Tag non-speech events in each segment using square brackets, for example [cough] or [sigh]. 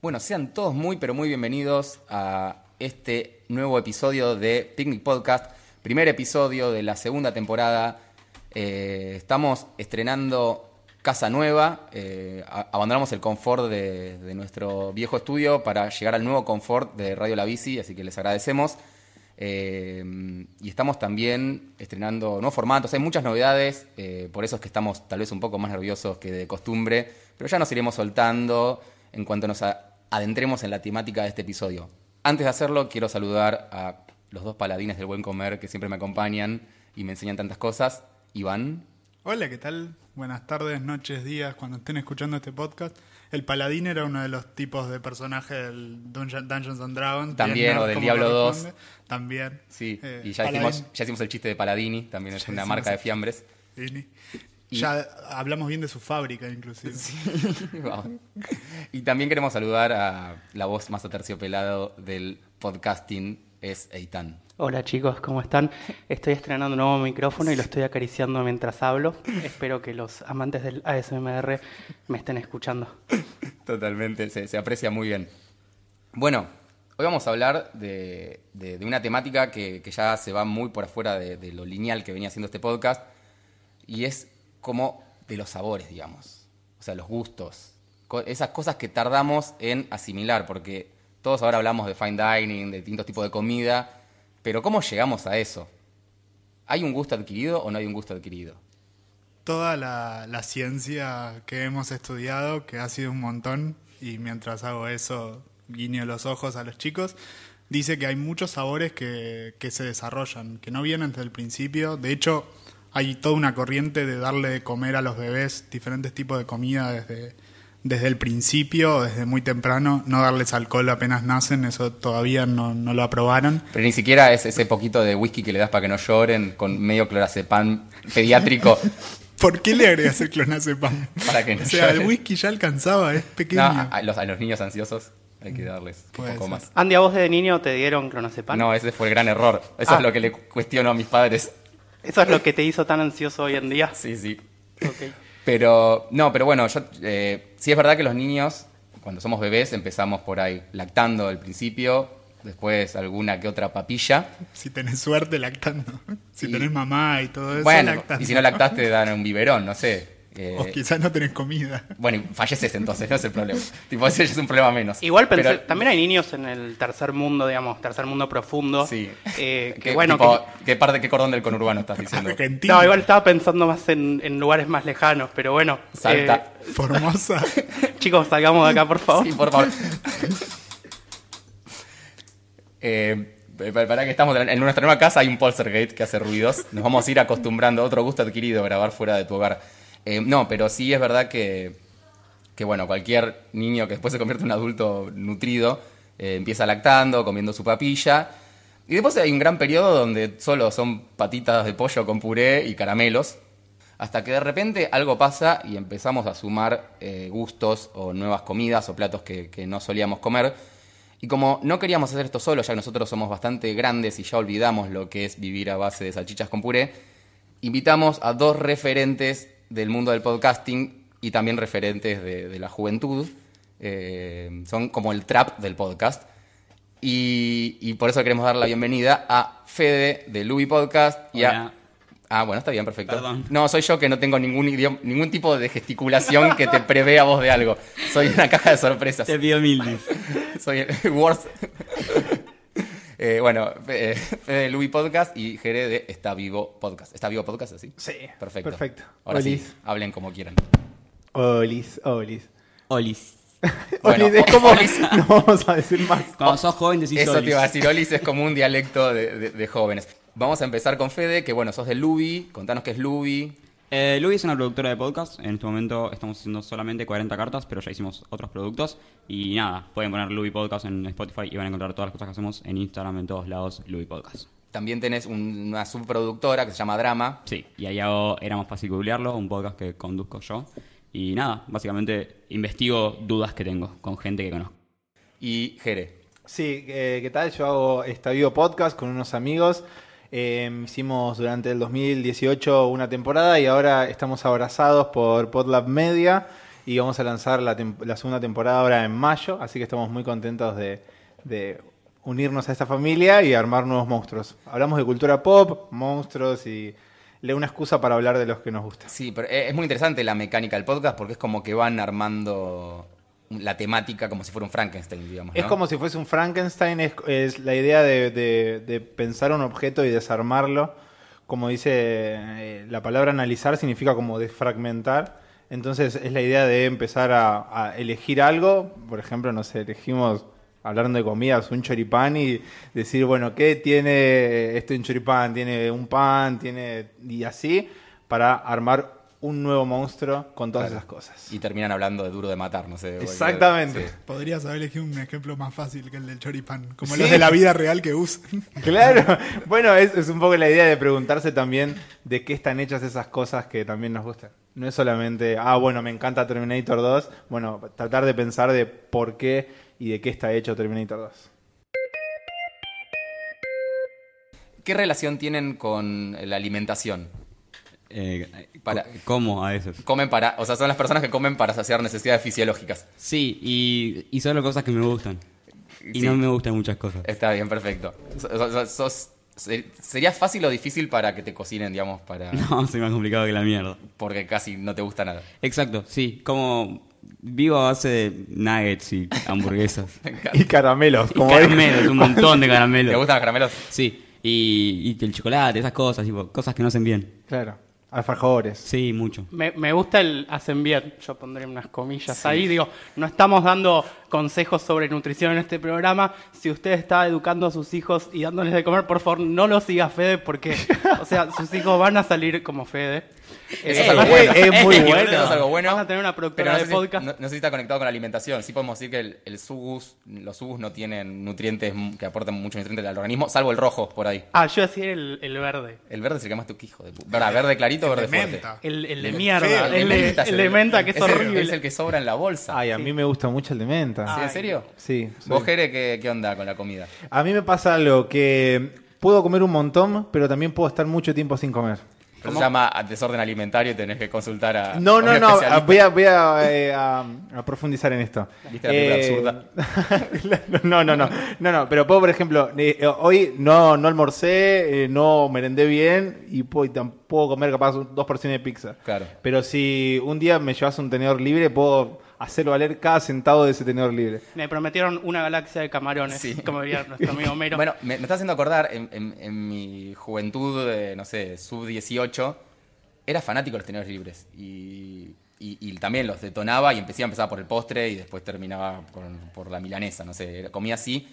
Bueno, sean todos muy, pero muy bienvenidos a este nuevo episodio de Picnic Podcast, primer episodio de la segunda temporada. Eh, estamos estrenando casa nueva, eh, a- abandonamos el confort de, de nuestro viejo estudio para llegar al nuevo confort de Radio La Bici, así que les agradecemos. Eh, y estamos también estrenando nuevos formatos, hay muchas novedades, eh, por eso es que estamos tal vez un poco más nerviosos que de costumbre, pero ya nos iremos soltando en cuanto nos a- adentremos en la temática de este episodio. Antes de hacerlo, quiero saludar a los dos paladines del buen comer que siempre me acompañan y me enseñan tantas cosas, Iván Hola, ¿qué tal? Buenas tardes, noches, días, cuando estén escuchando este podcast. El paladín era uno de los tipos de personaje del Dungeon- Dungeons and Dragons. También, bien o nerd, del como Diablo corresponde. También. Sí, Eh, y ya paladín, hicimos, ya hicimos el chiste de Paladini, también es Ya una hicimos marca de el- fiambres. Dini. Y- Ya hablamos bien de su fábrica, inclusive. [laughs] Vamos. y también queremos saludar a la voz más aterciopelado del podcasting, es Eitan. Hola chicos, ¿cómo están? Estoy estrenando un nuevo micrófono y lo estoy acariciando mientras hablo. Espero que los amantes del ASMR me estén escuchando. [laughs] Totalmente, se, se aprecia muy bien. Bueno, hoy vamos a hablar de, de- de una temática que, que ya se va muy por afuera de, de lo lineal que venía haciendo este podcast, y es como de los sabores, digamos. O sea, los gustos. Co- Esas cosas que tardamos en asimilar, porque todos ahora hablamos de fine dining, de distintos tipos de comida, pero ¿cómo llegamos a eso? ¿Hay un gusto adquirido o no hay un gusto adquirido? Toda la, la ciencia que hemos estudiado, que ha sido un montón, y mientras hago eso guiño los ojos a los chicos, dice que hay muchos sabores que, que se desarrollan, que no vienen desde el principio. De hecho, hay toda una corriente de darle de comer a los bebés diferentes tipos de comida desde, desde el principio, desde muy temprano. No darles alcohol apenas nacen, eso todavía no, no lo aprobaron. Pero ni siquiera es ese poquito de whisky que le das para que no lloren con medio clorazepam [laughs] pediátrico ¿Por qué le agregas el clonazepam? [laughs] para que no O sea, el lloren. whisky ya alcanzaba, es No, pequeño. a, a los, a los niños ansiosos hay que darles un Puede poco ser. más. Andy, ¿a vos de niño te dieron clonazepam? No, ese fue el gran error. Eso Ah. es lo que le cu- cuestiono a mis padres. ¿Eso es lo que te hizo tan ansioso hoy en día? Sí, sí. Ok. Pero, no, pero bueno, yo, eh, sí es verdad que los niños, cuando somos bebés, empezamos por ahí lactando al principio, después alguna que otra papilla. Si tenés suerte lactando. Si Y- tenés mamá y todo eso, bueno, lactando. y si no lactaste, dan un biberón, no sé. Eh, O quizás no tenés comida. Bueno, y falleces entonces, no es el problema. tipo, ese ya es un problema menos. Igual pensé, Pero- también hay niños en el tercer mundo, digamos, tercer mundo profundo. Sí. [laughs] eh, que ¿Qué- bueno, tipo, que- ¿qué, parte, ¿Qué cordón del conurbano estás [laughs] diciendo? Argentina. no, igual estaba pensando más en, en lugares más lejanos, pero bueno. Salta. [laughs] Formosa. eh, chicos, salgamos de acá, por favor. Sí, [laughs] por favor. eh, pa- pará que estamos en nuestra nueva casa, hay un poltergeist que hace ruidos. Nos vamos a ir acostumbrando, otro gusto adquirido, grabar fuera de tu hogar. Eh, no, pero sí es verdad que, que, bueno, cualquier niño que después se convierte en un adulto nutrido eh, empieza lactando, comiendo su papilla. Y después hay un gran periodo donde solo son patitas de pollo con puré y caramelos. Hasta que de repente algo pasa y empezamos a sumar eh, gustos o nuevas comidas o platos que, que no solíamos comer. Y como no queríamos hacer esto solo, ya que nosotros somos bastante grandes y ya olvidamos lo que es vivir a base de salchichas con puré, invitamos a dos referentes del mundo del podcasting y también referentes de, de la juventud. Eh, son como el trap del podcast. Y, y por eso queremos dar la bienvenida a Fede de Lubi Podcast y Hola. a... Ah, bueno, está bien, perfecto. Perdón. No, soy yo que no tengo ningún idioma, ningún tipo de gesticulación que te prevea vos de algo. Soy una caja de sorpresas. Te pido mil Soy el [laughs] worst. Eh, bueno, Fe- eh, Fede de Luis Podcast y Jere de Está Vivo Podcast. ¿Está Vivo Podcast así? Sí, Perfecto. perfecto. Ahora sí, Olis. hablen como quieran. Olis, Olis. Olis. Bueno, [laughs] Olis, es como. Olis. No vamos a decir más. Cuando sos joven decís Eso Olis. te iba a decir, Olis es como un dialecto de, de- de jóvenes. Vamos a empezar con Fede, que bueno, sos de Lubi. Contanos qué es Lubi. Eh, Luis es una productora de podcast. En este momento estamos haciendo solamente 40 cartas, pero ya hicimos otros productos. Y nada, pueden poner Luis Podcast en Spotify y van a encontrar todas las cosas que hacemos en Instagram, en todos lados, Luis Podcast. También tenés un- una subproductora que se llama Drama. Sí, y ahí hago Era más fácil googlearlo, un podcast que conduzco yo. Y nada, básicamente investigo dudas que tengo con gente que conozco. Y Jere. Sí, eh, ¿qué tal? Yo hago esta video podcast con unos amigos. Eh, hicimos durante el 2018 una temporada y ahora estamos abrazados por Podlab Media y vamos a lanzar la, tem- la segunda temporada ahora en mayo, así que estamos muy contentos de, de unirnos a esta familia y armar nuevos monstruos. Hablamos de cultura pop, monstruos y le una excusa para hablar de los que nos gusta. Sí, pero e, es es muy interesante la mecánica del podcast porque es como que van armando la temática como si fuera un Frankenstein, digamos. Es ¿no? como si fuese un Frankenstein, es, es la idea de, de- de pensar un objeto y desarmarlo. Como dice eh, la palabra analizar, significa como desfragmentar. Entonces es la idea de empezar a, a elegir algo. Por ejemplo, no sé, elegimos, hablando de comidas, un choripán y decir, bueno, ¿qué tiene este un choripán? ¿Tiene un pan? ¿Tiene...? Y así, para armar un nuevo monstruo con todas Claro. esas cosas. Y terminan hablando de duro de matar, no sé. cualquier- Exactamente. sí. Podrías haber elegido un ejemplo más fácil que el del choripán, como Sí. los de la vida real que usan. Claro, bueno, es, es un poco la idea de preguntarse también de qué están hechas esas cosas que también nos gustan. No es solamente, ah, bueno, me encanta Terminator 2, bueno, tratar de pensar de por qué y de qué está hecho Terminator 2. ¿Qué relación tienen con la alimentación? Eh, Para- co- ¿Cómo a veces? Comen para, o sea, son las personas que comen para saciar necesidades fisiológicas. Sí, y, y solo cosas que me gustan. Y Sí. no me gustan muchas cosas. Está bien, perfecto. So- so- so- sos- ser- ¿Sería fácil o difícil para que te cocinen, digamos, para [laughs] No, soy más complicado que la mierda. porque casi no te gusta [laughs] nada? Exacto, sí. Como vivo a base de nuggets y [laughs] hamburguesas. Me encanta. Y caramelos, y como caramelos, un montón de ¿Te caramelos. gustan los caramelos? Sí, y, y el chocolate, esas cosas, tipo, cosas que no hacen bien. Claro, alfajores. Sí, mucho. Me, me gusta el hacen bien, yo pondré unas comillas ahí. Digo, no estamos dando consejos sobre nutrición en este programa. Si usted está educando a sus hijos y dándoles de comer, por favor, no lo siga Fede, porque, o sea, sus hijos van a salir como Fede. Eso Eh, es algo [laughs] bueno. Eh, es [laughs] muy Eso bueno. Es algo bueno. Van a tener una Pero productora no de sé si- podcast. no, no sé si está conectado con la alimentación. Sí podemos decir que el, el sugus, los sugus no tienen nutrientes m- que aportan muchos nutrientes al organismo, salvo el rojo por ahí. Ah, yo decía el, el verde. El verde es el que más tu quijo de pu- ¿Verdad? Verde clarito o El verde de fuerte. menta. El, el de El mierda, feo, el, de- menta es el de menta, que es, es el- horrible. es el que sobra en la bolsa. Ay, a mí me gusta mucho el de menta. ¿Sí, ¿En Ay. serio? Sí. sí. ¿Vos, Jere, qué, qué onda con la comida? A mí me pasa lo que puedo comer un montón, pero también puedo estar mucho tiempo sin comer. Eso se llama desorden alimentario y tenés que consultar a. a No, un no, no. especialista. Voy a, voy a, eh, a- a profundizar en esto. ¿Viste la película absurda? [laughs] no, no, no, no, no. Pero puedo, por ejemplo, eh, eh, hoy no, no almorcé, eh, no merendé bien y puedo, y tam- puedo comer capaz un- dos porciones de pizza. Claro. Pero si un día me llevas un tenedor libre, puedo hacer valer cada centavo de ese tenedor libre. Me prometieron una galaxia de camarones, Sí. como diría nuestro amigo [laughs] Homero. Bueno, me, me está haciendo acordar, en, en- en mi juventud, de, no sé, sub-18, era fanático de los tenedores libres. Y, y- y también los detonaba y empecé, empezaba por el postre y después terminaba con- por la milanesa, no sé, era- comía así.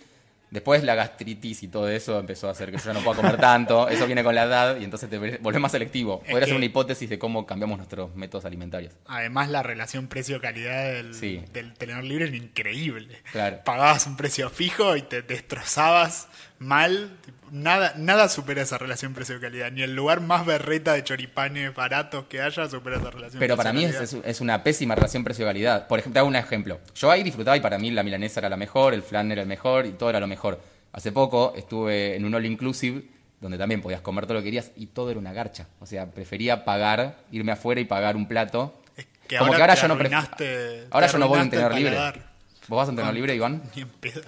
Después la gastritis y todo eso empezó a hacer que yo ya no pueda comer [laughs] tanto. Eso viene con la edad y entonces te volvés más selectivo. Es Podría ser que- una hipótesis de cómo cambiamos nuestros métodos alimentarios. Además, la relación precio-calidad del, Sí. del tenedor libre era increíble. Claro. Pagabas un precio fijo y te destrozabas mal. Nada, nada supera esa relación precio-calidad. Ni el lugar más berreta de choripanes baratos que haya supera esa relación Pero para mí es, precio-calidad. es- es una pésima relación precio-calidad. Por ejemplo, te hago un ejemplo. Yo ahí disfrutaba y para mí la milanesa era la mejor, el flan era el mejor y todo era lo mejor. Hace poco estuve en un all inclusive donde también podías comer todo lo que querías y todo era una garcha. O sea, prefería pagar, irme afuera y pagar un plato. Es que Como ahora que ahora te yo no pref- arruinaste- Ahora te yo no voy a un arruinaste el tenedor libre. paladar. [laughs] Ah. ¿Vos vas a un tenedor libre, Iván? Ni en pedo.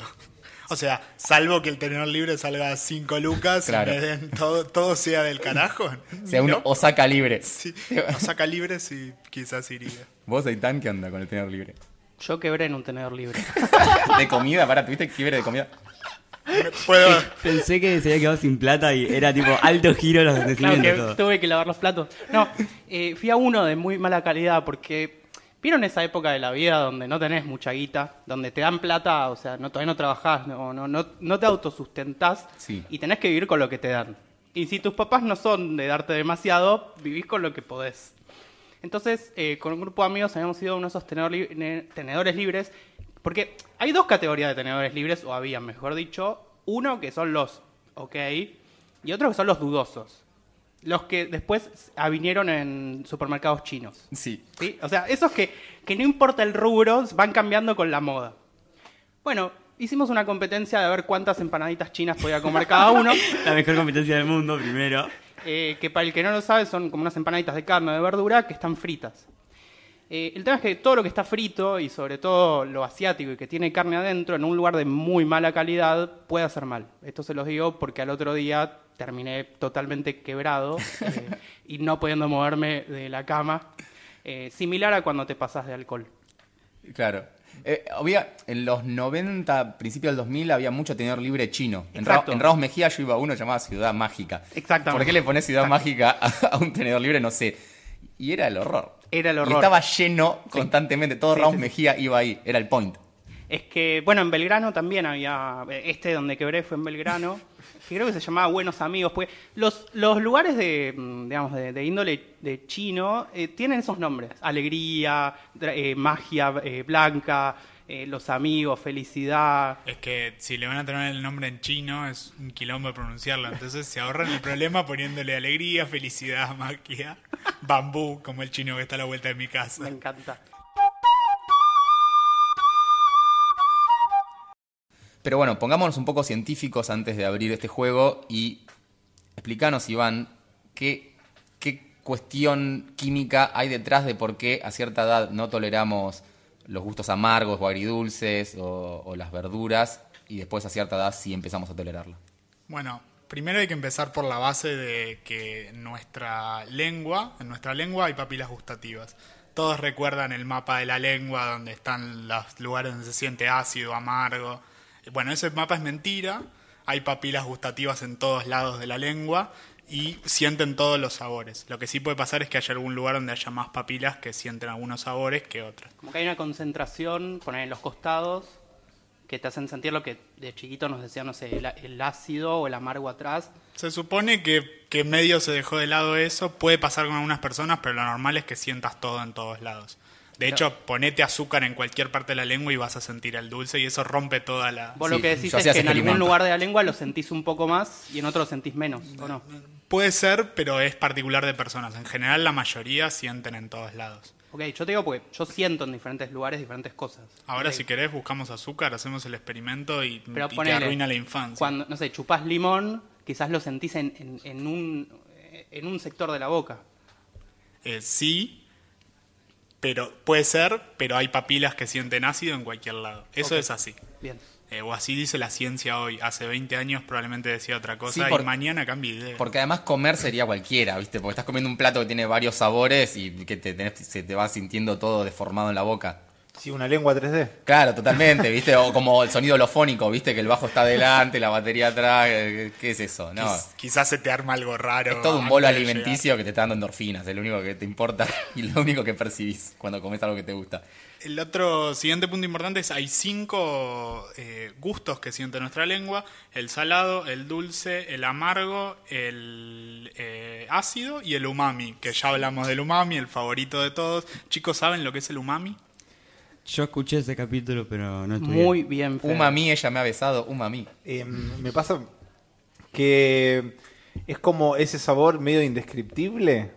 O sea, salvo que el tenedor libre salga 5 lucas Claro. y me den todo, todo sea del [laughs] carajo. O sea, un ¿no? Osaka libre. Sí, lo saca libre sí, quizás iría. [laughs] ¿Vos, Aitán, qué onda con el tenedor libre? Yo quebré en un tenedor libre. ¿De comida? Para, ¿tuviste quiebre de comida? Puedo, [laughs] Pensé que se había quedado sin plata y era tipo alto giro los Claro que acontecimientos. todo. tuve que lavar los platos. No, eh, fui a uno de muy mala calidad porque vieron esa época de la vida donde no tenés mucha guita, donde te dan plata, o sea, no, todavía no trabajás, no, no, no, no te autosustentás Sí. y tenés que vivir con lo que te dan. Y si tus papás no son de darte demasiado, vivís con lo que podés. Entonces, eh, con un grupo de amigos habíamos ido a uno de esos tenedor lib- ne- tenedores libres, porque hay dos categorías de tenedores libres, o había, mejor dicho, uno que son los ok, y otro que son los dudosos, los que después avinieron en supermercados chinos. Sí. ¿sí? O sea, esos que, que no importa el rubro, van cambiando con la moda. Bueno, Hicimos una competencia de ver cuántas empanaditas chinas podía comer cada uno. La mejor competencia del mundo, primero. eh, que para el que no lo sabe son como unas empanaditas de carne o de verdura que están fritas. Eh, el tema es que todo lo que está frito y sobre todo lo asiático y que tiene carne adentro en un lugar de muy mala calidad puede hacer mal. Esto se los digo porque al otro día terminé totalmente quebrado eh, y no pudiendo moverme de la cama, eh, similar a cuando te pasas de alcohol. Claro. Eh, había, en los 90, principios del 2000, había mucho tenedor libre chino. En, Ra- Exacto. en Raos Mejía yo iba a uno llamado Ciudad Mágica. Exactamente. ¿Por qué le pones Ciudad Mágica a, a un tenedor libre? No sé. Y era el horror. Era el Y horror. estaba lleno constantemente. Todo Sí, Raos sí, sí. Mejía iba ahí. Era el point. Es que, bueno, en Belgrano también había. Este donde quebré fue en [laughs] Belgrano. Que creo que se llamaba Buenos Amigos. Porque los, los lugares de, mm, digamos, de, de índole de chino eh, tienen esos nombres: Alegría, dra- eh, Magia eh, Blanca, eh, Los Amigos, Felicidad. Es que si le van a tener el nombre en chino es un quilombo pronunciarlo, entonces se ahorran el problema poniéndole alegría, felicidad, magia, bambú, como el chino que está a la vuelta de mi casa. Me encanta. Pero bueno, pongámonos un poco científicos antes de abrir este juego y explícanos, Iván, qué, qué cuestión química hay detrás de por qué a cierta edad no toleramos los gustos amargos o agridulces o, o las verduras y después a cierta edad sí empezamos a tolerarlo. Bueno, primero hay que empezar por la base de que nuestra lengua, en nuestra lengua hay papilas gustativas. Todos recuerdan el mapa de la lengua donde están los lugares donde se siente ácido, amargo. Bueno, ese mapa es mentira. Hay papilas gustativas en todos lados de la lengua y sienten todos los sabores. Lo que sí puede pasar es que haya algún lugar donde haya más papilas que sienten algunos sabores que otros. Como que hay una concentración, poner en los costados, que te hacen sentir lo que de chiquito nos decían, no sé, el, el ácido o el amargo atrás. Se supone que, que medio se dejó de lado eso. Puede pasar con algunas personas, pero lo normal es que sientas todo en todos lados. De hecho, ponete azúcar en cualquier parte de la lengua y vas a sentir el dulce y eso rompe toda la... Vos Sí, lo que decís yo es hacía que en ese algún experimento. lugar de la lengua lo sentís un poco más y en otro lo sentís menos, ¿o no? Puede ser, pero es particular de personas. En general, la mayoría sienten en todos lados. Ok, yo te digo porque yo siento en diferentes lugares diferentes cosas. Ahora, Ok, si querés, buscamos azúcar, hacemos el experimento y, pero y te ponele, arruina la infancia. Cuando, no sé, chupás limón, quizás lo sentís en, en- en un, en un sector de la boca. Eh, sí, pero puede ser, pero hay papilas que sienten ácido en cualquier lado. Eso Ok. es así. Bien. Eh, o así dice la ciencia hoy. Hace 20 años probablemente decía otra cosa Sí, por- y mañana cambia idea. Porque además comer sería cualquiera, ¿viste? Porque estás comiendo un plato que tiene varios sabores y que te tenés- se te va sintiendo todo deformado en la boca. Sí, una lengua 3D. Claro, totalmente, ¿viste? O como el sonido holofónico, ¿viste? Que el bajo está adelante, la batería atrás, eh, ¿qué es eso? No. Quiz- Quizás se te arma algo raro. Es todo un antes bolo de llegar. alimenticio que te está dando endorfinas, es lo único que te importa [laughs] y lo único que percibís cuando comes algo que te gusta. El otro siguiente punto importante es hay cinco eh, gustos que siente nuestra lengua. El salado, el dulce, el amargo, el eh, ácido y el umami. Que ya hablamos del umami, el favorito de todos. Chicos, ¿saben lo que es el umami? Yo escuché ese capítulo, pero no estudié. Muy bien, Fede. Umami, ella me ha besado, umami. Eh, me pasa que es como ese sabor medio indescriptible.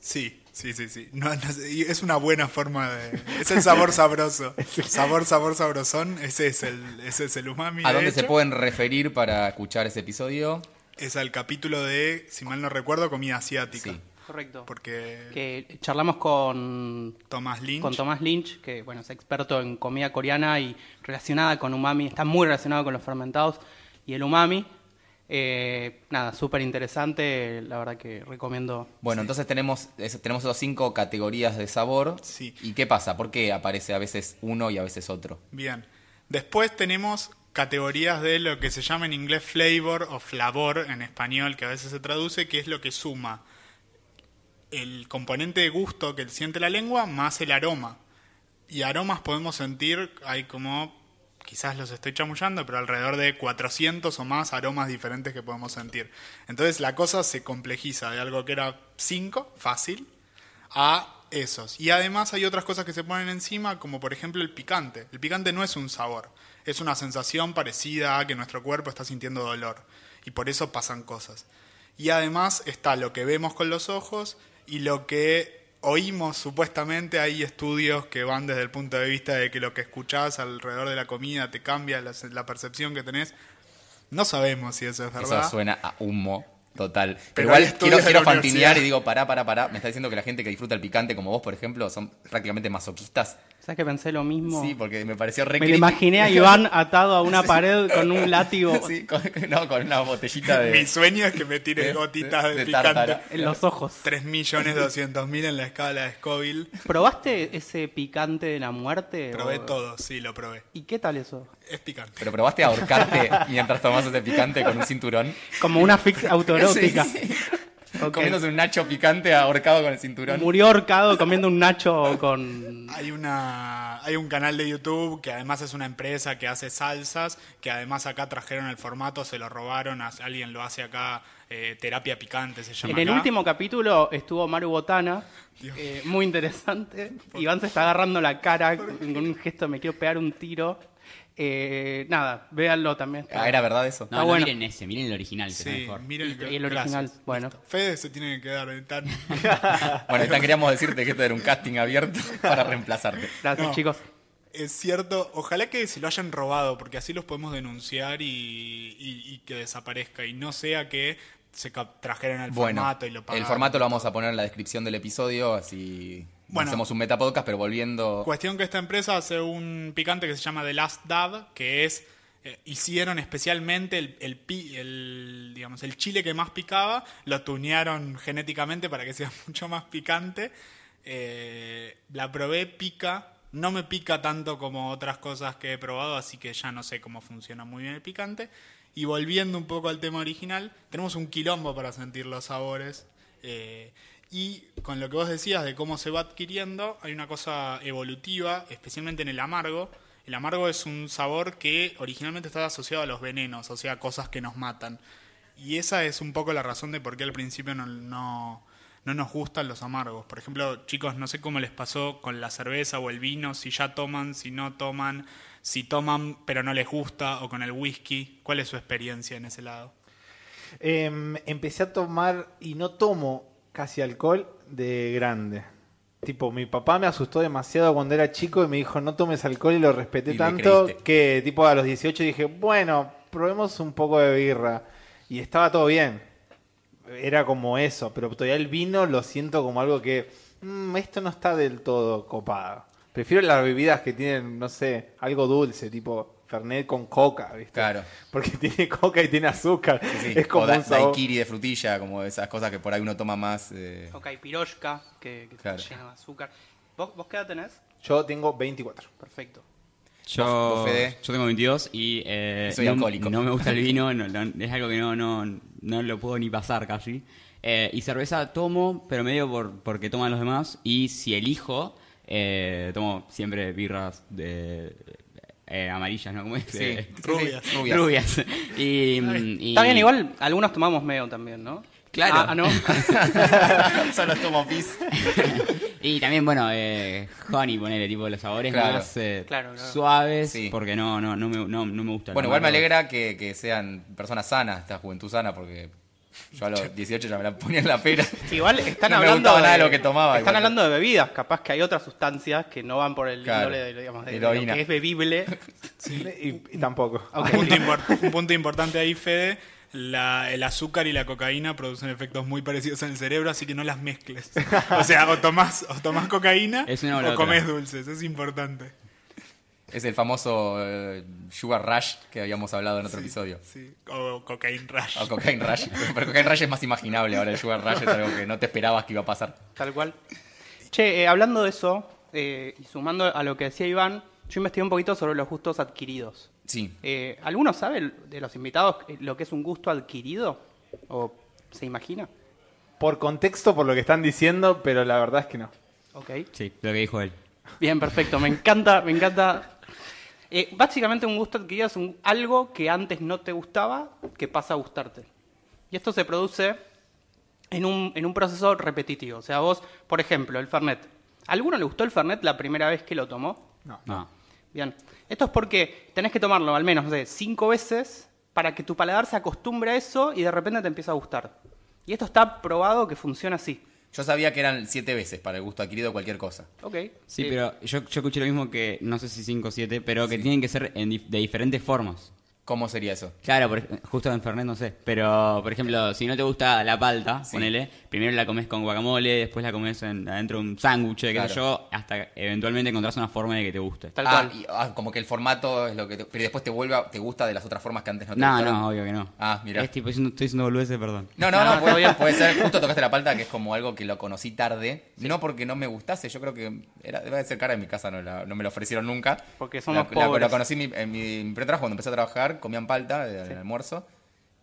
Sí, sí, sí, sí. No, no sé, y es una buena forma de. Es el sabor sabroso. Sabor, sabor sabrosón. Ese es el, ese es el umami. ¿A de dónde se hecho. pueden referir para escuchar ese episodio? Es al capítulo de, si mal no recuerdo, comida asiática. Sí. Correcto. Porque Que charlamos con, Tomás Lynch. con Tomás Lynch, que bueno, es experto en comida coreana y relacionada con umami, está muy relacionado con los fermentados y el umami. Eh, nada, súper interesante, la verdad que recomiendo. Bueno, entonces tenemos, es- tenemos esas cinco categorías de sabor. Sí. ¿Y qué pasa? ¿Por qué aparece a veces uno y a veces otro? Bien. Después tenemos categorías de lo que se llama en inglés flavor o flavor en español, que a veces se traduce, que es lo que suma el componente de gusto que siente la lengua más el aroma. Y aromas podemos sentir, hay como, quizás los estoy chamullando, pero alrededor de 400 o más aromas diferentes que podemos sentir. Entonces la cosa se complejiza de algo que era 5, fácil, a esos. Y además hay otras cosas que se ponen encima, como por ejemplo el picante. El picante no es un sabor, es una sensación parecida a que nuestro cuerpo está sintiendo dolor. Y por eso pasan cosas. Y además está lo que vemos con los ojos y lo que oímos supuestamente, hay estudios que van desde el punto de vista de que lo que escuchás alrededor de la comida te cambia la, la percepción que tenés. No sabemos si eso es verdad. Eso suena a humo total. Pero Pero hay igual estudios quiero, de quiero la fantinear universidad. y digo, pará, pará, pará. Me está diciendo que la gente que disfruta el picante como vos, por ejemplo, son prácticamente masoquistas. ¿Sabes que pensé lo mismo? Sí, porque me pareció re Me lo crítico. imaginé a [laughs] Iván atado a una pared con un látigo Sí, con, no, con una botellita Mi de... sueño es que me tires de- gotitas de, de picante. tártara. en los ojos. 3.200.000 en la escala de Scoville. ¿Probaste ese picante de la muerte? Probé o- todo, sí, lo probé. ¿Y qué tal eso? Es picante. Pero probaste a ahorcarte mientras tomás ese picante con un cinturón. Como una fix autorótica. [laughs] Sí, sí. Ok. Comiéndose un nacho picante ahorcado con el cinturón. Murió ahorcado comiendo un nacho con... Hay una hay un canal de YouTube que además es una empresa que hace salsas, que además acá trajeron el formato, se lo robaron, a- alguien lo hace acá, eh, terapia picante se llama. En el acá. último capítulo estuvo Maru Botana, Dios. eh, muy interesante. Iván se está agarrando la cara con un gesto, me quiero pegar un tiro. Eh, nada, véanlo también. Ah, ¿era verdad eso? No, Ah, no, bueno. miren ese, miren el original, que está Sí, mejor. miren Y- y el original, bueno. listo. Fede se tiene que quedar en [laughs] tan- Bueno, está, queríamos decirte que este era un casting abierto [laughs] para reemplazarte. Gracias, No. chicos. Es cierto, ojalá que se lo hayan robado, porque así los podemos denunciar y, y- y que desaparezca. Y no sea que se cap- trajeran el Bueno, formato y lo pagaran. el formato lo vamos a poner en la descripción del episodio, así Bueno. hacemos un metapodcast, pero volviendo... Cuestión que esta empresa hace un picante que se llama The Last Dab, que es eh, hicieron especialmente el, el, pi- el, digamos el chile que más picaba, lo tunearon genéticamente para que sea [laughs] mucho más picante. Eh, la probé, pica, no me pica tanto como otras cosas que he probado, así que ya no sé cómo funciona muy bien el picante. Y volviendo un poco al tema original, tenemos un quilombo para sentir los sabores. Eh, y con lo que vos decías de cómo se va adquiriendo, hay una cosa evolutiva, especialmente en el amargo. El amargo es un sabor que originalmente estaba asociado a los venenos, o sea, cosas que nos matan. Y esa es un poco la razón de por qué al principio no, no, no nos gustan los amargos. Por ejemplo, chicos, no sé cómo les pasó con la cerveza o el vino, si ya toman, si no toman, si toman pero no les gusta, o con el whisky. ¿Cuál es su experiencia en ese lado? Em, empecé a tomar y no tomo casi alcohol de grande. Tipo, mi papá me asustó demasiado cuando era chico y me dijo, no tomes alcohol y lo respeté Y le tanto creíste. que tipo a los 18 dije, bueno, probemos un poco de birra. Y estaba todo bien. Era como eso, pero todavía el vino lo siento como algo que, "Mm, esto no está del todo copado. Prefiero las bebidas que tienen, no sé, algo dulce, tipo Fernet con coca, ¿viste? Claro. Porque [laughs] tiene coca y tiene azúcar. Sí, sí. Es como o da- un sabor. daiquiri de frutilla, como esas cosas que por ahí uno toma más... eh, Ok, piroshka, que, que está Claro. llena de azúcar. ¿Vos, ¿Vos qué edad tenés? Yo tengo 24. Perfecto. Vos- Yo, vos, Fede. yo tengo 22 y eh, Soy no, alcohólico. no me gusta el [laughs] vino, no- no- es algo que no, no, no lo puedo ni pasar casi. Eh, y cerveza tomo, pero medio por, porque toman los demás. Y si elijo, eh, tomo siempre birras de, eh, amarillas, ¿no? ¿Cómo es? sí, Eh, sí, sí, Rubias. rubias. [laughs] rubias. Y, mm, y- Está bien, igual algunos tomamos medio también, ¿no? Claro. Ah, [laughs] ah, no. Solo tomo pis. Y también, bueno, eh, honey, ponele, tipo los sabores Claro. más eh, Claro, claro. suaves, Sí. porque no, no, no, me, no, no me gusta. el Bueno, igual me amargo. alegra que, que sean personas sanas, esta juventud sana, porque yo a [laughs] los 18 ya me la ponía en la pera. Igual están No me hablando gustaba nada de lo que tomaba, Están igual. hablando de bebidas, capaz que hay otras sustancias que no van por el Claro. índole de, digamos, de- de lo Heroína. que [laughs] es bebible. Y, y tampoco. Ok. Un, punto impor- un punto importante ahí, Fede. La- el azúcar y la cocaína producen efectos muy parecidos en el cerebro, así que no las mezcles. O sea, o tomás, o tomás cocaína Es una o la o otra. comés dulces, es importante. Es el famoso eh, Sugar Rush que habíamos hablado en otro episodio. Sí, O cocaine rush. O Cocaine Rush. Pero Cocaine Rush es más imaginable ahora. El Sugar Rush es algo que no te esperabas que iba a pasar. Tal cual. Che, eh, hablando de eso, eh, y sumando a lo que decía Iván, yo investigué un poquito sobre los gustos adquiridos. Sí. Eh, ¿Alguno sabe el- de los invitados eh, lo que es un gusto adquirido? ¿O se imagina? Por contexto, por lo que están diciendo, pero la verdad es que no. Ok. Sí, lo que dijo él. Bien, perfecto. Me encanta, me encanta. Eh, básicamente un gusto adquirido es un- algo que antes no te gustaba, que pasa a gustarte. Y esto se produce en un, en un proceso repetitivo. O sea, vos, por ejemplo, el Fernet. ¿A alguno le gustó el Fernet la primera vez que lo tomó? No. Ah. No. Bien. Esto es porque tenés que tomarlo al menos, no sé, cinco veces para que tu paladar se acostumbre a eso y de repente te empieza a gustar. Y esto está probado que funciona así. Yo sabía que eran siete veces para el gusto adquirido de cualquier cosa. Ok. Sí, Eh, pero yo, yo escuché lo mismo que, no sé si 5 o 7, pero que tienen que ser en dif- de diferentes formas. ¿Cómo sería eso? Claro, por ej- justo en Fernet no sé. Pero, por ejemplo, si no te gusta la palta, Sí. ponele, primero la comes con guacamole, después la comes en- adentro de un sándwich, qué Claro. sé yo, hasta que eventualmente encontrás una forma de que te guste. Tal ah, cual. y- ah, como que el formato es lo que... te- pero después te vuelva, te gusta de las otras formas que antes no te No, gustaron. no, obvio que no. Ah, mirá. Es tipo, diciendo- estoy diciendo boludeces, perdón. No, no, no, No, está puede, bien. puede ser. Justo tocaste la palta, que es como algo que lo conocí tarde. No porque no me gustase, yo creo que era, debe de ser cara en mi casa, no, la- no me lo ofrecieron nunca. Porque somos La- la- pobres. Lo conocí en mi, en mi- mi pretrabajo, cuando empecé a trabajar, comían palta eh, en el almuerzo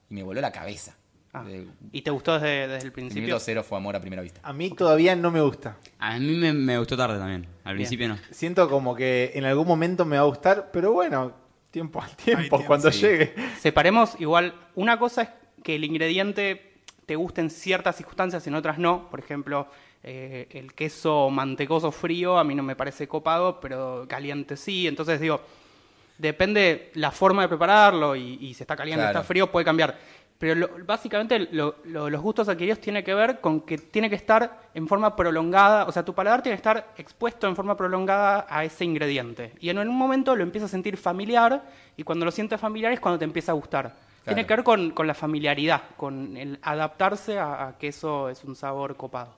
y me voló la cabeza. Ah, De- ¿Y te gustó desde, desde el el principio? minuto cero fue amor a primera vista. A mí todavía no me gusta. A mí me, me gustó tarde también. Al Bien. principio no. Siento como que en algún momento me va a gustar, pero bueno, tiempo al tiempo, tiempo, cuando sí. llegue. Separemos igual. Una cosa es que el ingrediente te guste en ciertas circunstancias, en otras no. Por ejemplo, eh, el queso mantecoso frío a mí no me parece copado, pero caliente sí. Entonces digo, depende la forma de prepararlo y, y si está caliente o Claro. está frío puede cambiar. Pero lo- básicamente lo- lo- los gustos adquiridos tiene que ver con que tiene que estar en forma prolongada, o sea, tu paladar tiene que estar expuesto en forma prolongada a ese ingrediente. Y en un momento lo empiezas a sentir familiar y cuando lo sientes familiar es cuando te empieza a gustar. Tiene Claro. que ver con, con la familiaridad, con el adaptarse a, a que eso es un sabor copado.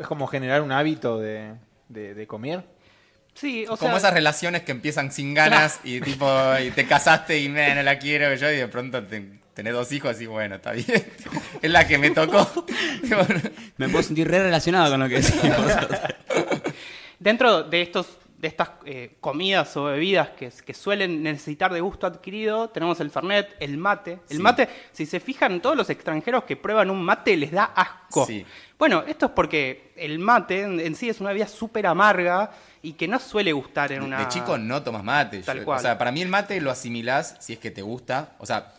Es como generar un hábito de, de- de comer. Sí, o como sea, esas relaciones que empiezan sin ganas y tipo, y te casaste y me, no la quiero yo y de pronto te- tenés dos hijos y bueno, está bien. [laughs] es la que me tocó. [laughs] Me puedo sentir re relacionado con lo que decimos. dentro de estos de estas eh, comidas o bebidas que, que suelen necesitar de gusto adquirido, tenemos el fernet, el mate. El Sí. mate, si se fijan, todos los extranjeros que prueban un mate les da asco. Sí. Bueno, esto es porque el mate en, en sí es una bebida súper amarga y que no suele gustar en una... De chico no tomas mate. Tal Yo- cual. O sea, para mí el mate lo asimilás si es que te gusta. O sea,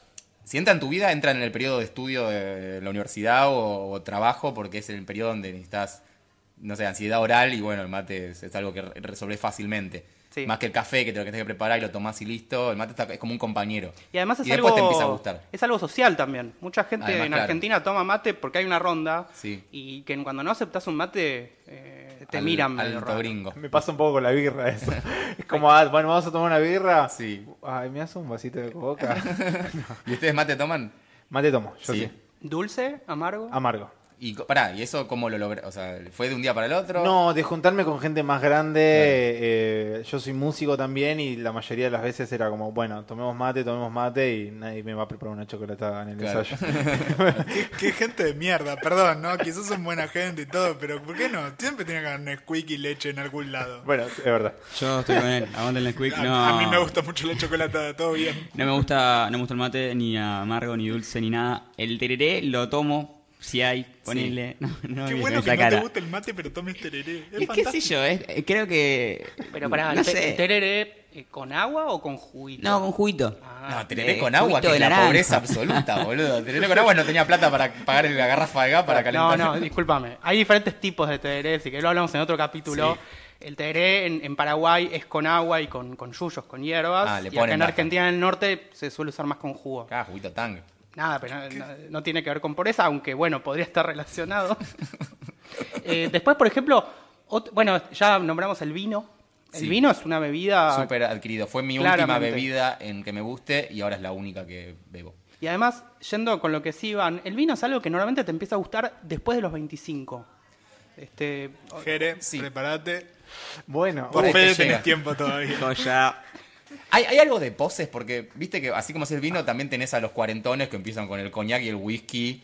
si entra en tu vida, entra en el periodo de estudio de la universidad o, o trabajo, porque es el periodo donde necesitas, no sé, ansiedad oral y bueno, el mate es, es algo que re- resolvés fácilmente. Sí. Más que el café, que te lo tenés que preparar y lo tomás y listo. El mate está- es como un compañero. Y además es después algo te empieza a gustar. es algo social también. Mucha gente Además, en claro. Argentina toma mate porque hay una ronda Sí. y que cuando no aceptas un mate eh, te Al- miran medio Alto raro. [laughs] gringo. Me pasa un poco con la birra eso. [laughs] Es como, ah, bueno, vamos a tomar una birra. Sí. Ay, me hace un vasito de coca. ¿Y ustedes mate toman? Mate tomo, yo sí. ¿Dulce? ¿Amargo? Amargo. Y co- pará, ¿y eso cómo lo logré? O sea, ¿fue de un día para el otro? No, de juntarme con gente más grande. eh, yo soy músico también y la mayoría de las veces era como, bueno, tomemos mate, tomemos mate y nadie me va a preparar una chocolatada en el Claro. ensayo. [laughs] ¿Qué, qué gente de mierda, perdón, ¿no? Quizás son buena gente y todo, pero ¿por qué no? Siempre tiene que haber Nesquik y leche en algún lado. bueno, es verdad. Yo estoy con él. Aguanten el quick. A, No. a mí me gusta mucho la chocolatada, todo bien. No me gusta, no me gusta el mate, ni amargo, ni dulce, ni nada. El tereré lo tomo, si hay, ponele. [laughs] No, no Qué me bueno esa que no cara. te gusta el mate, pero tomes tereré. Es, Es que fantástico. sé yo, es- eh, creo que. Pero pará, no ¿el te- sé. el tereré eh, con agua o con juguito? No, con juguito. No, Ah, tereré Eh, con agua, que juguito de es la naranja. pobreza absoluta, boludo. Tereré con agua no tenía plata para pagar la garrafa de gas para no, calentar. no, discúlpame. Hay diferentes tipos de tereré, si que lo hablamos en otro capítulo. El tereré en, en Paraguay es con agua y con, con yuyos, con hierbas. Ah, le y acá ponen en nata. Argentina del Norte se suele usar más con jugo. Ah, juguito tang. Nada, pero no, no- no tiene que ver con pobreza, aunque bueno, podría estar relacionado. [laughs] Eh, después, por ejemplo, ot- bueno, ya nombramos el vino. El Sí. vino es una bebida. Súper adquirido. Fue mi última Ah. Claramente. bebida en que me guste y ahora es la única que bebo. Y además, yendo con lo que sí van, el vino es algo que normalmente te empieza a gustar después de los 25. Este, Jere, Sí. prepárate. Bueno, Por ahí Vos, te Fede, llega. tenés tiempo todavía. Joya. Hay, hay algo de poses, porque viste que así como es el vino, también tenés a los cuarentones que empiezan con el coñac y el whisky.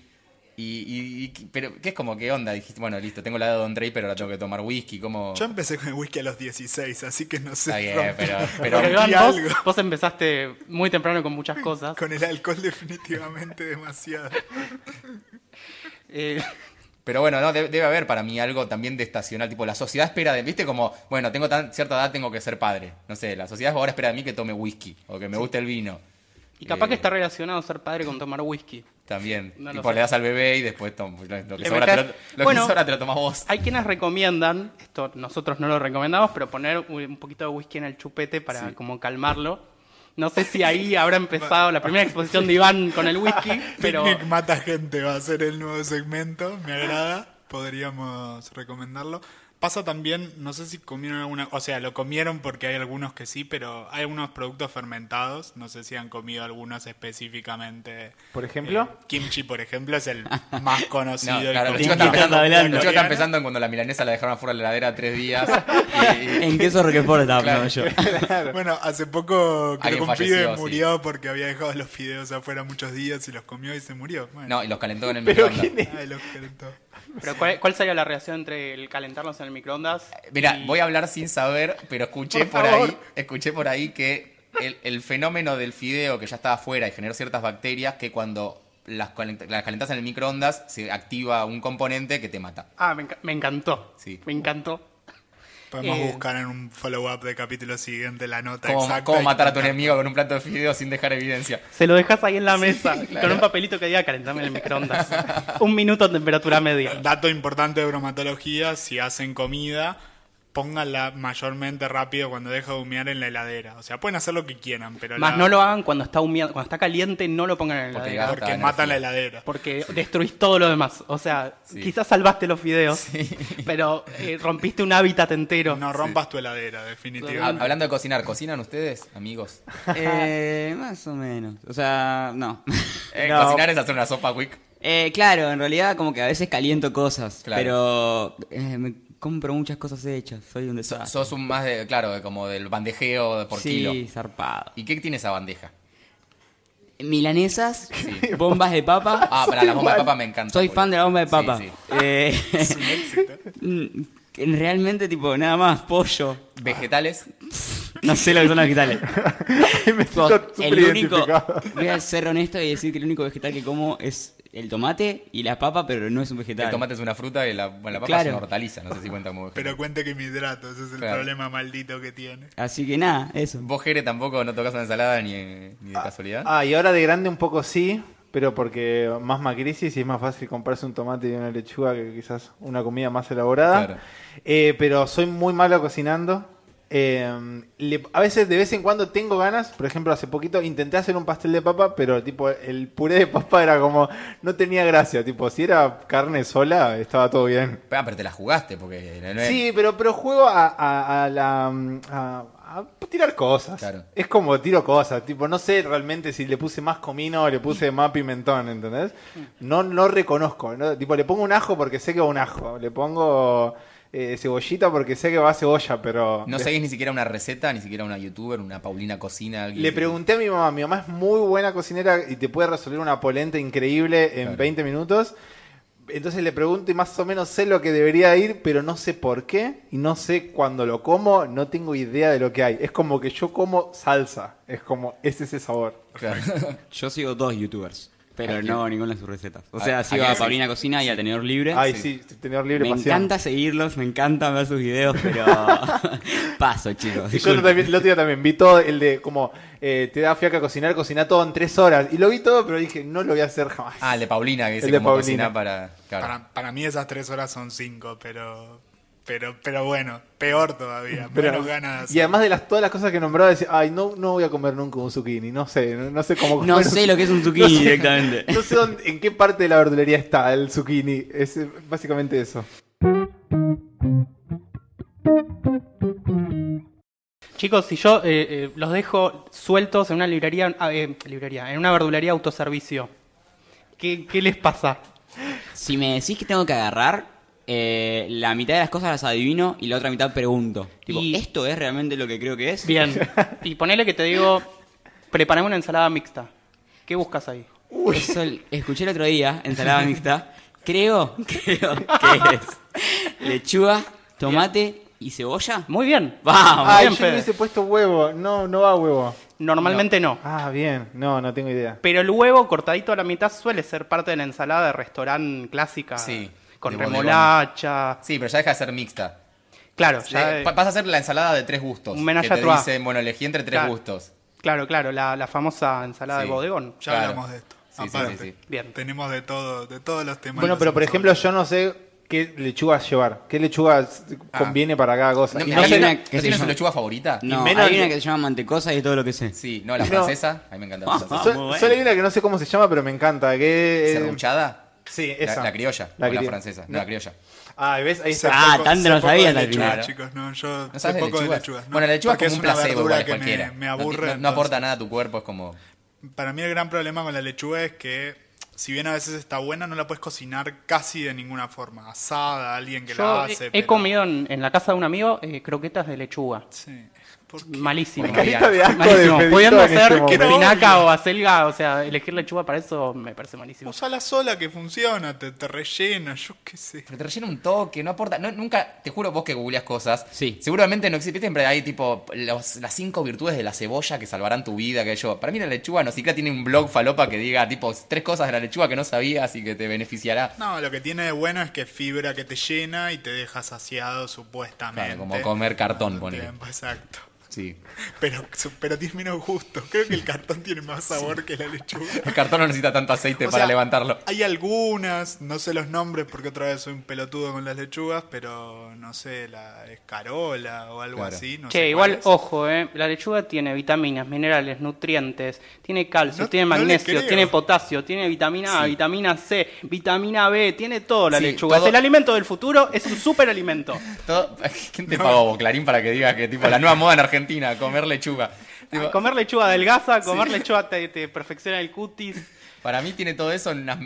Y, y- y- pero ¿qué es como qué onda? Dijiste, bueno, listo, tengo la de Don Drey, pero ahora tengo que tomar whisky. ¿Cómo? Yo empecé con el whisky a los 16, así que no sé. Está bien, rompí pero, pero- Pero rompí Iván, vos, algo. vos empezaste muy temprano con muchas cosas. Con el alcohol [laughs] definitivamente demasiado. Eh, Pero bueno, no, de- debe haber para mí algo también de estacional, tipo la sociedad espera de, viste, como, bueno, tengo tan, cierta edad, tengo que ser padre. No sé, la sociedad ahora espera de mí que tome whisky o que me guste el vino. y capaz Eh, que está relacionado ser padre con tomar whisky. También. No lo tipo, sé. le das al bebé y después tom- lo, lo que Le sobra te lo, metes- lo que Bueno. sobra te lo tomás vos. Hay quienes recomiendan, esto nosotros no lo recomendamos, pero poner un un poquito de whisky en el chupete para como calmarlo. No sé si ahí habrá empezado la primera [laughs] exposición de Iván con el whisky, pero Picnic mata gente va a ser el nuevo segmento, me agrada. podríamos recomendarlo. Pasa también, no sé si comieron alguna, o sea, lo comieron porque hay algunos que sí, pero hay algunos productos fermentados, no sé si han comido algunos específicamente. Por ejemplo. Eh, kimchi, por ejemplo, es el más [laughs] conocido. No, y claro, los chicos comido. están Kimchi está pensando, hablando. los chicos están Coreana. pensando en cuando la milanesa la dejaron afuera de la heladera tres [laughs] días. y- y- [laughs] En queso Roquefort estaba Claro. pensando yo. [laughs] Bueno, hace poco creo que Alguien un pibe falleció, sí. murió porque había dejado los fideos afuera muchos días y los comió y se murió. Bueno, no, y los calentó en el Pero microondas. ¿quién es? ay, los calentó. Pero ¿cuál, cuál sería la relación entre el calentarlos en el microondas? Mira, y- voy a hablar sin saber, pero escuché por, Por ahí, favor. escuché por ahí que el, el fenómeno del fideo que ya estaba afuera y generó ciertas bacterias que cuando las, calent- las calentas en el microondas se activa un componente que te mata. Ah, me, enca- me encantó. Sí. Me encantó. Podemos Eh, buscar en un follow-up de capítulo siguiente la nota ¿Cómo, exacta. cómo y- matar a tu enemigo con un plato de fideo sin dejar [laughs] evidencia? Se lo dejas ahí en la mesa claro. con un papelito que diga calentame en el [laughs] microondas. un minuto a temperatura media. Dato importante de bromatología, si hacen comida, pónganla mayormente rápido cuando deja de humear en la heladera. O sea, pueden hacer lo que quieran, pero Más la- no lo hagan cuando está humeado, cuando está caliente, no lo pongan en la Porque heladera. gasta porque energía. matan la heladera. Porque destruís todo lo demás. O sea, Sí. quizás salvaste los videos, [laughs] pero eh, rompiste un hábitat entero. No rompas tu heladera, definitivamente. Hab- Hablando de cocinar, ¿cocinan ustedes, amigos? Eh, más o menos. O sea, no. [laughs] Eh, No. Cocinar es hacer una sopa quick. Eh, claro, en realidad como que a veces caliento cosas, pero eh, me compro muchas cosas hechas, soy un So- desastre. sos un más, de, claro, de como del bandejeo por sí, kilo. zarpado. ¿Y qué tiene esa bandeja? Milanesas, [laughs] bombas de papa. Ah, para la bomba de papa me encanta. Soy boludo. fan de la bomba de Sí, papa. sí. Eh, Es un éxito. mm, [laughs] realmente tipo nada más pollo. Vegetales. No sé lo que son los vegetales. me Tipo, siento súper el único, identificado. voy a ser honesto y decir que el único vegetal que como es el tomate y la papa, pero no es un vegetal. El tomate es una fruta y la, bueno, la papa Claro. es una hortaliza. No sé si cuenta como vegetal. Pero cuente que me hidrato, ese es el Claro. problema maldito que tiene. Así que nada, eso. Vos, Jere, tampoco no tocas una ensalada ni, ni de casualidad. Ah, y ahora de grande un poco sí, pero porque más macrisis y es más fácil comprarse un tomate y una lechuga que quizás una comida más elaborada. Claro. Eh, pero soy muy malo cocinando. Eh, le- a veces de vez en cuando tengo ganas, por ejemplo hace poquito intenté hacer un pastel de papa, pero tipo el puré de papa era como no tenía gracia, tipo si era carne sola estaba todo bien. Ah, pero te la jugaste porque no es- Sí, pero, pero juego a, a- a la. mm, A, a tirar cosas. Claro. Es como tiro cosas. Tipo, no sé realmente si le puse más comino o le puse más pimentón, ¿entendés? No, no reconozco. ¿no? Tipo, le pongo un ajo porque sé que va un ajo. Le pongo eh, cebollita porque sé que va cebolla, pero. no le- seguís ni siquiera una receta, ni siquiera una youtuber, una Paulina Cocina. Alguien Le que- pregunté a mi mamá, mi mamá es muy buena cocinera y te puede resolver una polenta increíble en Claro. 20 minutos. Entonces le pregunto y más o menos sé lo que debería ir, pero no sé por qué y no sé cuándo lo como, no tengo idea de lo que hay. Es como que yo como salsa, es como es ese sabor. Claro. [laughs] Yo sigo dos youtubers, pero Aquí. no ninguna de sus recetas. O Ah, sea, aquí sigo sí. a Paulina Cocina y a Tenedor Libre. Ay, sí, tener libre me pasión. encanta seguirlos, me encanta ver sus videos, pero [laughs] paso, chicos. Y yo disculpen. también, el otro día también vi todo el de como eh, te da fiaca cocinar, cocina todo en tres horas. Y lo vi todo, pero dije, no lo voy a hacer jamás. Ah, el de Paulina, que dice El de cómo Paulina. cocina para. claro. Para, para mí esas tres horas son cinco, pero pero pero bueno, peor todavía. Pero- menos ganas. y además de las, todas las cosas que nombraba, decía, ay, no, no voy a comer nunca un zucchini, no sé, no, no sé cómo No comer un sé lo que es un No zucchini sé- directamente. No sé dónde- en qué parte de la verdulería está el zucchini, es eh, básicamente eso. Chicos, si yo eh, eh, los dejo sueltos en una librería, ah, eh, librería, en una verdulería autoservicio, ¿qué, qué les pasa? Si me decís que tengo que agarrar, eh, la mitad de las cosas las adivino y la otra mitad pregunto. Tipo, Y- ¿esto es realmente lo que creo que es? Bien. Y ponele que te digo, preparame una ensalada mixta. ¿Qué buscas ahí? Eso l- escuché el otro día, ensalada mixta. Creo, creo que es lechuga, tomate y cebolla. Muy bien. Vamos. Ay, bien, yo Fede. le hubiese puesto huevo, no, no va huevo. Normalmente no. Ah, bien, no, no tengo idea. Pero el huevo cortadito a la mitad suele ser parte de la ensalada de restaurante clásica. Sí, Con de bodegón. remolacha. Sí, pero ya deja de ser mixta. Claro, ya, Eh, pa- Vas a hacer la ensalada de tres gustos. Un menage que à te trois. dicen, bueno, elegí entre tres Claro. gustos. claro, claro, la, la famosa ensalada Sí. de bodegón. Ya Claro. hablamos de esto. Sí, sí, aparte. sí, sí. Bien. Tenemos de todo, de todos los temas. Bueno, los pero por hemos ejemplo, yo no sé qué lechuga llevar, qué lechuga conviene para cada cosa. No, Y ¿Hay no sé- una- una que ¿no se tienes llama- su lechuga favorita? No, menos- hay una que se llama mantecosa y es todo lo que sé. Sí, no, la No. francesa. A mí me encanta la Ah, so- francesa. muy bueno. Solo hay una que no sé cómo se llama, pero me encanta. Que, eh, ¿Serruchada? Sí, La, esa. la criolla, La o la cri- francesa, no, la criolla. Ah, ¿ves? Ahí Sé está. Ah, poco- tanto sé no poco sabía de la lechuga, primera. chicos, no, yo ¿No sé sabes de poco de lechugas? lechugas. no, bueno, la lechuga es porque como un placebo verdura igual, es que me- cualquiera. Me, No- aburre. no- no, entonces. aporta nada a tu cuerpo, es como. Para mí el gran problema con la lechuga es que, si bien a veces está buena, no la puedes cocinar casi de ninguna forma. Asada, alguien que Yo la he, hace. he pero- comido en, en la casa de un amigo eh, croquetas de lechuga. Sí. ¿Por qué? Malísimo. Me caí Carita de asco de Malísimo. Federico Pudiendo en este hacer momento. espinaca o acelga, o sea, elegir lechuga para eso me parece malísimo. Usala sola que funciona, te, te rellena, yo qué sé. Pero te rellena un toque, no aporta. no- nunca, te juro vos que googleas cosas. Sí. Seguramente no existe. Siempre hay tipo los- las cinco virtudes de la cebolla que salvarán tu vida. Que yo. Para mí la lechuga no siquiera tiene un blog falopa que diga tipo tres cosas de la lechuga que no sabías y que te beneficiará. No, lo que tiene de bueno es que es fibra que te llena y te deja saciado supuestamente. Claro, como comer cartón, Tanto ponele. tiempo, Exacto. Sí. Pero, pero tiene menos gusto. Creo que el cartón tiene más sabor que la lechuga. El cartón no necesita tanto aceite [laughs] O para sea, levantarlo. Hay algunas, no sé los nombres porque otra vez soy un pelotudo con las lechugas, pero no sé, la escarola o algo Claro. así. No Che, sé igual, cuál es. ojo, eh, la lechuga tiene vitaminas, minerales, nutrientes, tiene calcio, No- tiene no le magnesio, creo. tiene potasio, tiene vitamina A, Sí. vitamina C, vitamina B, tiene todo la Sí, lechuga. todo- Es el alimento del futuro, es un [laughs] superalimento. Todo- ¿Quién te pagó, vos, Clarín, para que digas que tipo la nueva moda en Argentina, comer lechuga? Ah, Tipo, comer lechuga delgaza, comer lechuga te, te perfecciona el cutis. Para mí tiene todo eso en unas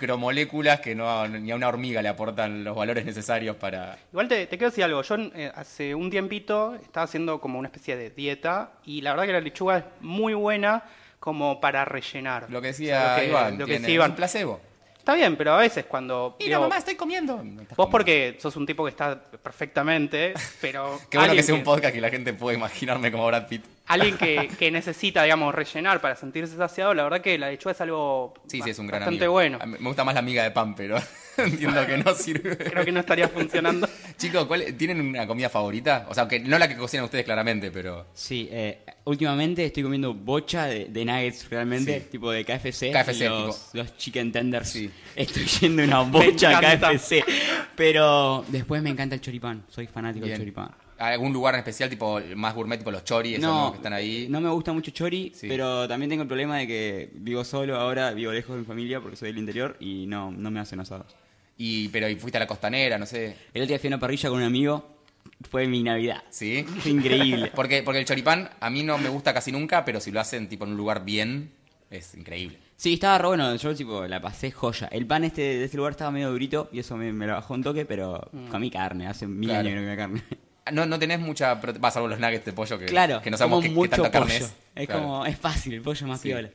micromoléculas que no ni a una hormiga le aportan los valores necesarios para. Igual te, te quiero decir algo. Yo eh, hace un tiempito estaba haciendo como una especie de dieta y la verdad que la lechuga es muy buena como para rellenar. Lo que O decía sea, lo que- Iván, lo que tiene decía Iván. un placebo. Está bien, pero a veces cuando... Mira, digo, mamá, estoy comiendo. Vos porque sos un tipo que está [laughs] perfectamente, pero... Qué bueno que alguien sea un podcast que la gente pueda imaginarme como Brad Pitt. Alguien [laughs] que, que necesita, digamos, rellenar para sentirse saciado, la verdad que la lechuga es algo Sí, ba- sí, es un gran bastante amigo. bueno. A mí Me gusta más la amiga de pan, pero [laughs] entiendo que no sirve. [laughs] Creo que [laughs] no estaría funcionando. Chicos, ¿cuál- ¿tienen una comida favorita? O sea, que no la que cocinan ustedes claramente, pero. Sí, eh, últimamente estoy comiendo bocha de, de nuggets realmente, Sí. tipo de KFC. KFC, los, los chicken tenders. Sí. Estoy [laughs] yendo una bocha a encanta. KFC. Pero después me encanta el choripán. Soy fanático Bien. del choripán. ¿Algún lugar en especial, tipo más gourmet, tipo los choris, no, que están ahí? no me gusta mucho chori, Sí. pero también tengo el problema de que vivo solo ahora, vivo lejos de mi familia porque soy del interior y no, no me hacen asados. Y, pero y fuiste a la costanera, no sé. El otro día fui a una parrilla con un amigo, fue [laughs] mi Navidad. ¿Sí? Fue increíble. Porque, porque el choripán a mí no me gusta casi nunca, pero si lo hacen tipo en un lugar bien, es increíble. Sí, estaba re bueno, yo tipo la pasé joya. El pan este de este lugar estaba medio durito y eso me, me lo bajó un toque, pero comí carne, hace mil Mm. Claro. años que no comía carne. [laughs] No, no tenés mucha prote- va salvo los nuggets de pollo que, claro, Eh, que no sabemos qué, como qué mucho tanta carne pollo. es. Es Claro. como, es fácil, el pollo es más Sí. piola.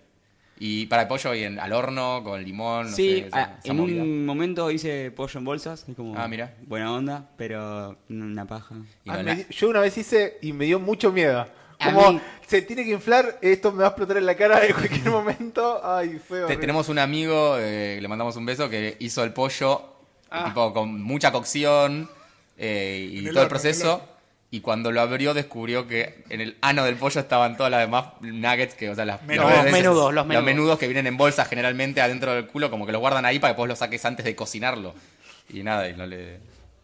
Y para el pollo y en, al horno, con limón, no sí, sé, esa- ah, esa en movida. un momento hice pollo en bolsas, es como Ah, mira. buena onda, pero una [laughs] paja. Y Ah, con me la- di- yo una vez hice y me dio mucho miedo. A Como, mí- se tiene que inflar, esto me va a explotar en la cara en [laughs] cualquier momento. Ay, fue Te- horrible. tenemos un amigo, eh, le mandamos un beso, que hizo el pollo Ah. tipo, con mucha cocción eh, y En todo el el horno, en el proceso. Y cuando lo abrió descubrió que en el ano del pollo estaban todas las demás nuggets, que, o sea, las, Menudos. las verduras- Los menudos, los los menudos. menudos que vienen en bolsas generalmente adentro del culo, como que los guardan ahí para que vos los saques antes de cocinarlo. Y nada, y no le...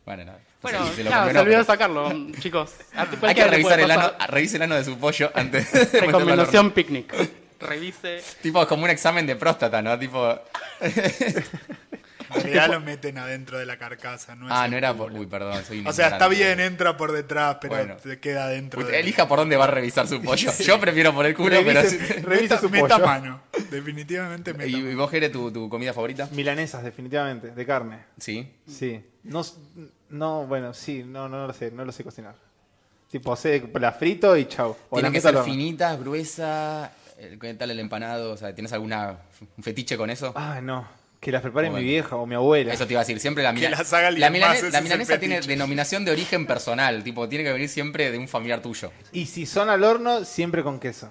Bueno, nada. No Bueno, sé si lo claro, condenó, se olvidó pero- de sacarlo, chicos. [laughs] A ti Hay que cualquiera le puede revisar el ano, pasar. revise el ano de su pollo antes de meterlo al horno. Recomendación picnic. [laughs] Revise. Tipo, es como un examen de próstata, ¿no? Tipo... En realidad lo meten adentro de la carcasa. No es Ah, el no era culo. por. Uy, perdón, soy O sea, está ignorante. bien, eh, entra por detrás, pero Bueno. te queda adentro. Usted de- elija por dónde va a revisar su pollo. Yo prefiero por el culo, pero. Revise- revise [laughs] Meta, su meta pollo. mano. Definitivamente meta [laughs] ¿Y, y mano. vos, Jere, tu, tu comida favorita? Milanesas, definitivamente, de carne. Sí. Sí. No, s- no, bueno, sí, no, no lo sé, no lo sé cocinar. Tipo, sé, la frito y chau. O la Tienen que meto al ser horno. finitas, gruesas. eh, ¿Qué tal el empanado? O sea, ¿tienes alguna un fetiche con eso? Ah, no. Que las prepare Bueno. mi vieja o mi abuela. Eso te iba a decir, siempre la Que milanesa. las haga alguien la, milane- más, ese la es el milanesa tiene fetiche. denominación de origen personal, tipo, tiene que venir siempre de un familiar tuyo. Y si son al horno, siempre con queso.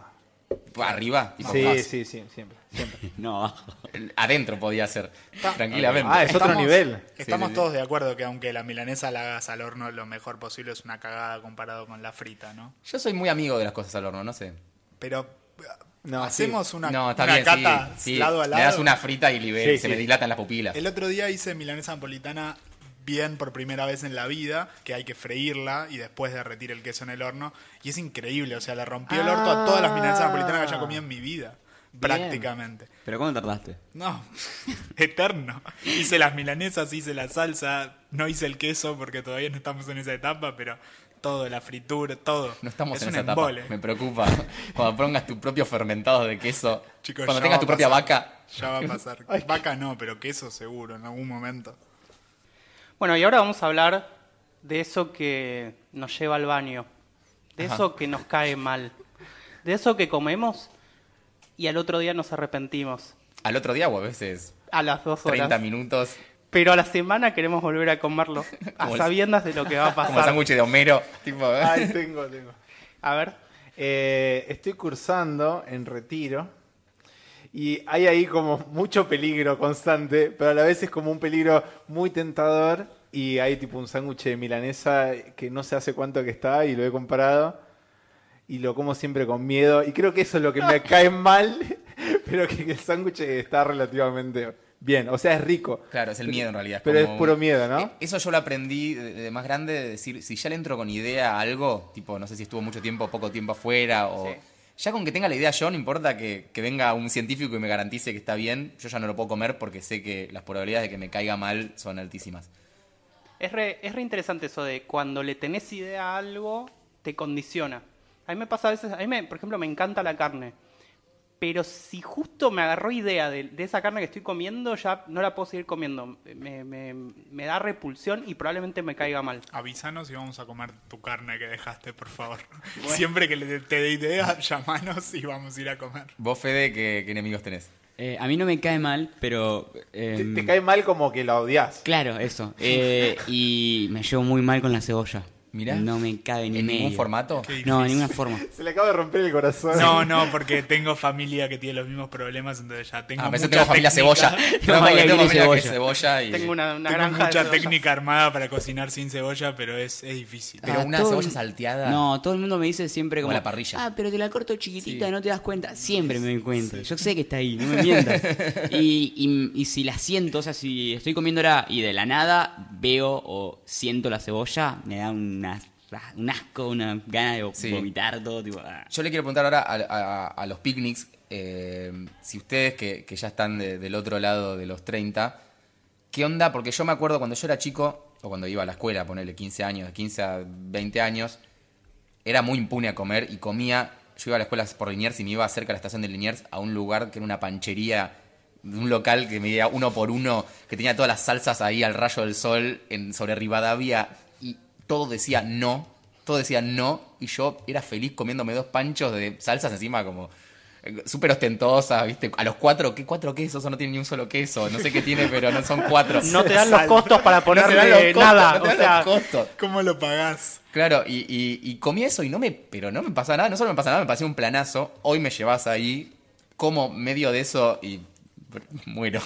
Arriba, tipo, Sí, más. sí, sí, siempre. siempre. No, abajo. adentro podía ser, tranquilamente. Ah, es otro nivel. Estamos sí, sí. todos de acuerdo que aunque la milanesa la hagas al horno lo mejor posible es una cagada comparado con la frita, ¿no? Yo soy muy amigo de las cosas al horno, no sé. Pero No, hacemos una, no, está una bien, sí, cata sí, lado a lado. Le das una frita y libera- Sí, se sí. le dilatan las pupilas. El otro día hice milanesa napolitana bien por primera vez en la vida, que hay que freírla y después derretir el queso en el horno. Y es increíble, o sea, le rompió el orto a todas las milanesas Ah. napolitanas que haya comido en mi vida. prácticamente. ¿Pero cuándo tardaste? No, [laughs] eterno. Hice las milanesas, hice la salsa, no hice el queso porque todavía no estamos en esa etapa, pero todo, la fritura, todo. No estamos es en un esa etapa. embole. Me preocupa. [laughs] Cuando pongas tu propio fermentado de queso. Chicos, cuando ya tengas va tu a propia pasar. vaca. Ya [laughs] va a pasar. Vaca no, pero queso seguro, en algún momento. Bueno, y ahora vamos a hablar de eso que nos lleva al baño, de Ajá. eso que nos cae mal, de eso que comemos y al otro día nos arrepentimos, Al otro día o a veces a las dos 30 horas. minutos. Pero a la semana queremos volver a [laughs] comerlo, a Como el- sabiendas de lo que va a Como el pasar. sándwich de Homero. Tipo, Ay, tengo, tengo. A ver, Eh, estoy cursando en retiro y hay ahí como mucho peligro constante, pero a la vez es como un peligro muy tentador y hay tipo un sándwich de milanesa que no sé hace cuánto que está y lo he comprado y lo como siempre con miedo y creo que eso es lo que me cae mal, [laughs] pero que el sándwich está relativamente bien, o sea, es rico, Claro, es el miedo en realidad. pero es como- puro miedo, ¿no? Eh, Eso yo lo aprendí de, de más grande, de decir, si ya le entro con idea a algo, tipo, no sé si estuvo mucho tiempo o poco tiempo afuera, o... Sí. Ya con que tenga la idea yo, no importa que, que venga un científico y me garantice que está bien, yo ya no lo puedo comer porque sé que las probabilidades de que me caiga mal son altísimas. es re, es re interesante eso de cuando le tenés idea a algo, te condiciona. A mí me pasa a veces, a mí, me, por ejemplo, me encanta la carne. Pero si justo me agarró idea de, de esa carne que estoy comiendo, ya no la puedo seguir comiendo. Me, me- me da repulsión y probablemente me caiga mal. Avisanos y vamos a comer tu carne que dejaste, por favor. Siempre que le- te dé [laughs] idea, llamanos y vamos a ir a comer. Vos, Fede, ¿qué, qué enemigos tenés? Eh, a mí no me cae mal, pero... Te, em, te cae mal como que la odias. Claro, eso. Eh, y me llevo muy mal con la cebolla. Mirá. No me cabe ni ¿En medio. ningún formato? Qué No, difícil. en ninguna forma. Se le acaba de romper el corazón. No, no, porque tengo familia que tiene los mismos problemas, entonces ya tengo Ah, pensé que mucha tengo familia cebolla. técnica- [laughs] No, porque Vaya, tengo viene familia que es cebolla. cebolla y... Tengo una, una tengo granja de mucha cebollas. técnica armada para cocinar sin cebolla, pero es, es difícil. Pero Ah, una todo el- cebolla salteada. No, todo el mundo me dice siempre Como como... la parrilla. Ah, pero te la corto chiquitita, Sí. no te das cuenta. Siempre me doy cuenta. Yo sé que está ahí, no [laughs] me mientas. Y, y- y si la siento, o sea, si estoy comiendo ahora y de la nada veo o siento la cebolla, me da una- un asco, una gana de Sí. vomitar todo. Tipo, ah. Yo le quiero preguntar ahora a, a- a los picnics, eh, si ustedes que, que ya están de- del otro lado de los 30, ¿qué onda? Porque yo me acuerdo cuando yo era chico, o cuando iba a la escuela, ponerle 15 años, de 15 a 20 años, era muy impune a comer y comía. Yo iba a la escuela por Liniers y me iba cerca de la estación de Liniers a un lugar que era una panchería, un local que medía uno por uno, que tenía todas las salsas ahí al rayo del sol en, sobre Rivadavia y todo decía no, todo decía no y yo era feliz comiéndome dos panchos de salsas encima como eh, súper ostentosas, ¿viste? A los cuatro, ¿qué cuatro quesos? Eso no tiene ni un solo queso, no sé qué tiene, pero no son cuatro. No te dan los costos para [laughs] No te ponerle dan los costos, nada. no te o dan sea, los costos. ¿Cómo lo pagás? Claro, y, y- y comí eso y no me. Pero no me pasa nada. No solo me pasa nada, me pasé un planazo. Hoy me llevas ahí, como medio de eso y. [laughs] muero.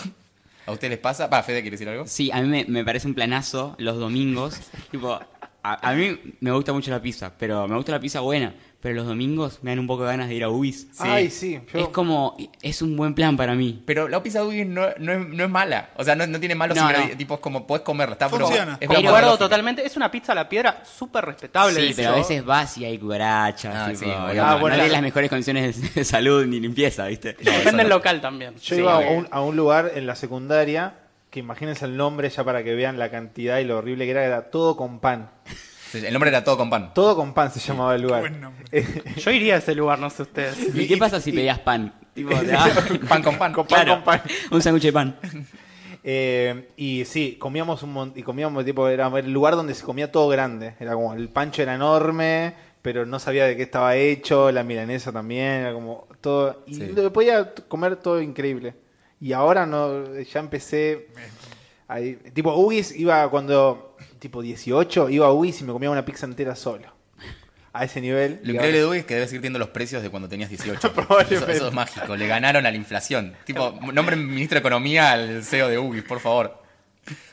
¿A ustedes les pasa? Para, Fede, ¿quiere decir algo? Sí, a mí me, me parece un planazo los domingos. [laughs] tipo, a, a mí me gusta mucho la pizza, pero me gusta la pizza buena. Pero los domingos me dan un poco de ganas de ir a Ubis. Ay, sí. Ah, yo- Es como, es un buen plan para mí. Pero la pizza Dubi no, no es, no es mala. O sea, no, no tiene malos No, ingredientes. no. Tipo, es como podés comerla. Está pero- Funciona. es concuerdo bromatológica. totalmente. Es una pizza a la piedra súper respetable. Sí, decís pero a vos. veces vas y hay cucarachas. Ah, tipo, sí, bueno. no- Ah, no tenés bueno, claro. las mejores condiciones de salud ni limpieza, ¿viste? No, eso Depende del no. local también. Sí, Yo iba a porque- un, a un lugar en la secundaria, que imagínense el nombre ya para que vean la cantidad y lo horrible que era, era todo con pan. Sí, El nombre era todo con pan. Todo con pan se llamaba el lugar. Qué buen nombre. Yo iría a ese lugar, no sé ustedes. ¿Y qué pasa si [laughs] pedías pan? Tipo, te da- Pan con pan. Con pan, Claro, con pan. [laughs] un sándwich [laughs] de pan. Eh, y sí, comíamos un montón, y comíamos tipo, era el lugar donde se comía todo grande. Era como, el pancho era enorme, pero no sabía de qué estaba hecho, la milanesa también, era como todo. Y Sí. lo podía t- comer todo increíble. Y ahora no, ya empecé ahí. Tipo, Ugis iba cuando, tipo 18, iba a Ugis y me comía una pizza entera solo. A ese nivel. Lo Y increíble de ahora- Dubi es que debe seguir teniendo los precios de cuando tenías 18. Probablemente. eso, eso es mágico. Le ganaron a la inflación. Tipo, nombren ministro de Economía al CEO de Ubi, por favor.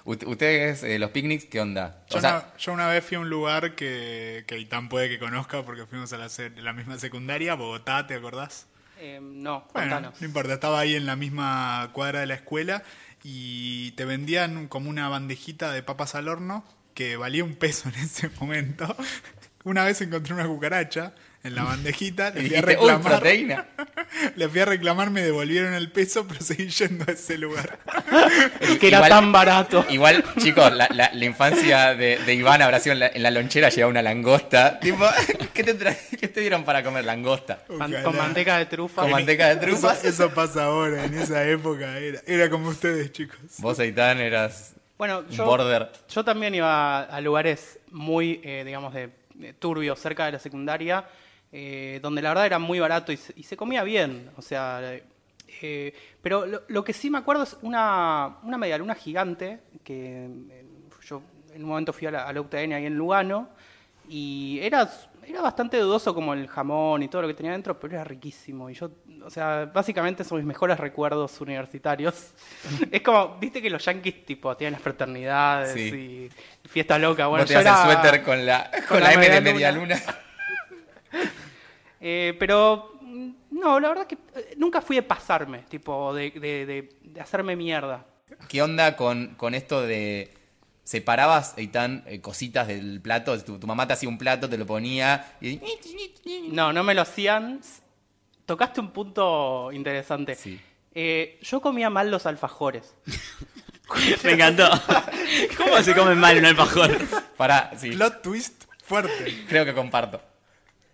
Ut- Ustedes, eh, los picnics, ¿qué onda? Yo, O sea, una, yo una vez fui a un lugar que, que Itán puede que conozca porque fuimos a la, se- la misma secundaria, Bogotá, ¿te acordás? Eh, no, Bueno, contanos. no importa, estaba ahí en la misma cuadra de la escuela y te vendían como una bandejita de papas al [laughs] horno que valía un peso en ese momento. Una vez encontré una cucaracha en la bandejita, le fui a dijiste, uy, reclamar. proteína. Le fui a reclamar, me devolvieron el peso, pero seguí yendo a ese lugar. que era Igual- tan barato. Igual, chicos, la, la- la infancia de, de Iván habrá sido en la, en la lonchera llevaba una langosta. Tipo, [laughs] ¿qué te, tra- qué te dieron para comer langosta? Pan- Ojalá. con manteca de trufa. Con manteca de Eso, trufas. eso pasa ahora, en esa época era, era como ustedes, chicos. Vos, Aitán, eras Bueno, un yo, border. yo también iba a lugares muy, eh, digamos, de, de turbios cerca de la secundaria, eh, donde la verdad era muy barato y se, y se comía bien. O sea, eh, pero lo, lo que sí me acuerdo es una, una medialuna gigante que eh, yo en un momento fui a la, a la UTN ahí en Lugano y era, era bastante dudoso como el jamón y todo lo que tenía dentro, pero era riquísimo. Y yo, o sea, básicamente son mis mejores recuerdos universitarios. [laughs] es como, viste que los yanquis tipo tienen las fraternidades Sí. y fiesta loca. Bueno, Vos te yo das el era- suéter con la, con con la la M de media media luna. Eh, pero mm, no, la verdad que eh, nunca fui de pasarme, tipo, de, de- de- de hacerme mierda. ¿Qué onda con, con esto de... Separabas, Aitán, eh, cositas del plato? Tu, tu mamá te hacía un plato, te lo ponía y... eh, No, no me lo hacían. Tocaste un punto interesante. Sí. Eh, yo comía mal los alfajores. [laughs] Me encantó. ¿Cómo se come mal un alfajor? Pará, sí, Plot twist fuerte. creo que comparto.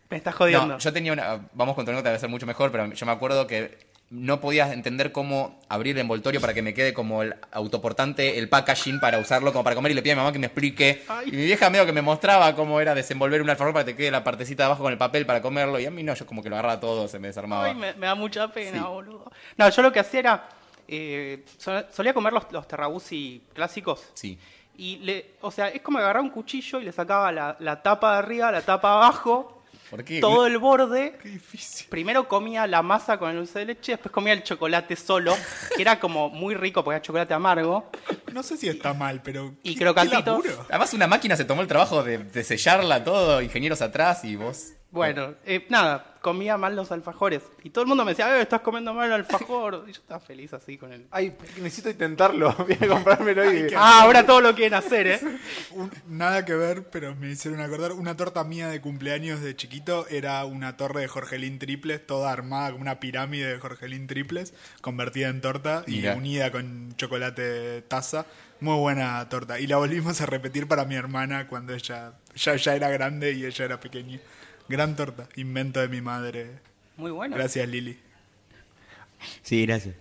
Me estás jodiendo. No, yo tenía una. Vamos con tu anécdota, debe ser mucho mejor, pero yo me acuerdo que no podías entender cómo abrir el envoltorio para que me quede como el autoportante, el packaging para usarlo como para comer y le pide a mi mamá que me explique. Ay. Y mi vieja medio que me mostraba cómo era desenvolver un alfajor para que te quede la partecita de abajo con el papel para comerlo y a mí no, yo como que lo agarraba todo, se me desarmaba. Ay, me, me da mucha pena, Sí. boludo. No, yo lo que hacía era. eh, sol- solía comer los, los terrabuzzi clásicos. Sí. Y le, o sea, es como agarrar un cuchillo y le sacaba la, la tapa de arriba, la tapa de abajo, ¿Por qué? todo el borde. Qué difícil. Primero comía la masa con el dulce de leche, después comía el chocolate solo, que era como muy rico porque era chocolate amargo. No sé si está mal, pero. Y qué- crocantitos. qué laburo. Además, una máquina se tomó el trabajo de, de sellarla todo, ingenieros atrás y vos. Bueno, eh, nada, comía mal los alfajores. Y todo el mundo me decía, eh, estás comiendo mal el alfajor. Y yo estaba feliz así con él. Ay, necesito intentarlo. [laughs] Voy a comprármelo y. Ah, ahora todo lo quieren hacer, ¿eh? Un- nada que ver, pero me hicieron acordar. Una torta mía de cumpleaños de chiquito era una torre de Jorgelín triples, toda armada como una pirámide de Jorgelín triples, convertida en torta y Mirá. unida con chocolate taza. Muy buena torta. Y la volvimos a repetir para mi hermana cuando ella ya, ya era grande y ella era pequeña. Gran torta, invento de mi madre. Muy bueno. Gracias, Lili. Sí, gracias.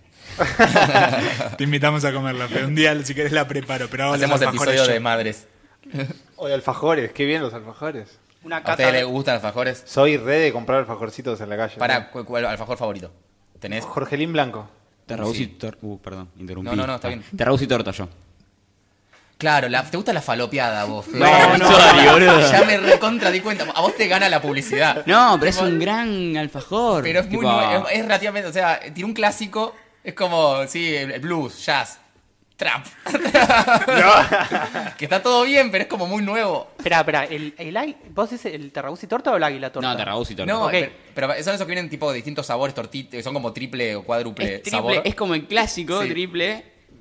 Te invitamos a comerla, pero un día si querés la preparo. Pero hago los Hacemos alfajores episodio yo. de madres. O de alfajores. Qué bien los alfajores. Una ¿A cata ustedes de- les gustan alfajores? Soy re de comprar alfajorcitos en la calle. Para, ¿cu- cuál alfajor favorito? ¿Tenés? Jorgelín Blanco. Terrabuzzi Sí. y torta. Uh, perdón, interrumpí. No, no, no, está Ah, bien. Terrabuzzi y torta yo. Claro, la- te gusta la falopeada vos. Fede? No, no, Sorry, boludo. Ya me recontra di cuenta. A vos te gana la publicidad. No, pero es un gran alfajor. Pero es muy Tipo, nue- es, es relativamente, o sea, tiene un clásico, es como, sí, el el blues, jazz, trap. [laughs] que está todo bien, pero es como muy nuevo. Espera, espera, el, el, ai- ¿vos dices el terrabuzzi torta o el águila torta? No, Terrabuzzi y torta. No, Ok. pero, pero son esos que vienen tipo de distintos sabores, tortitas, son como triple o Es cuádruple triple, sabor. es como el clásico Sí. triple,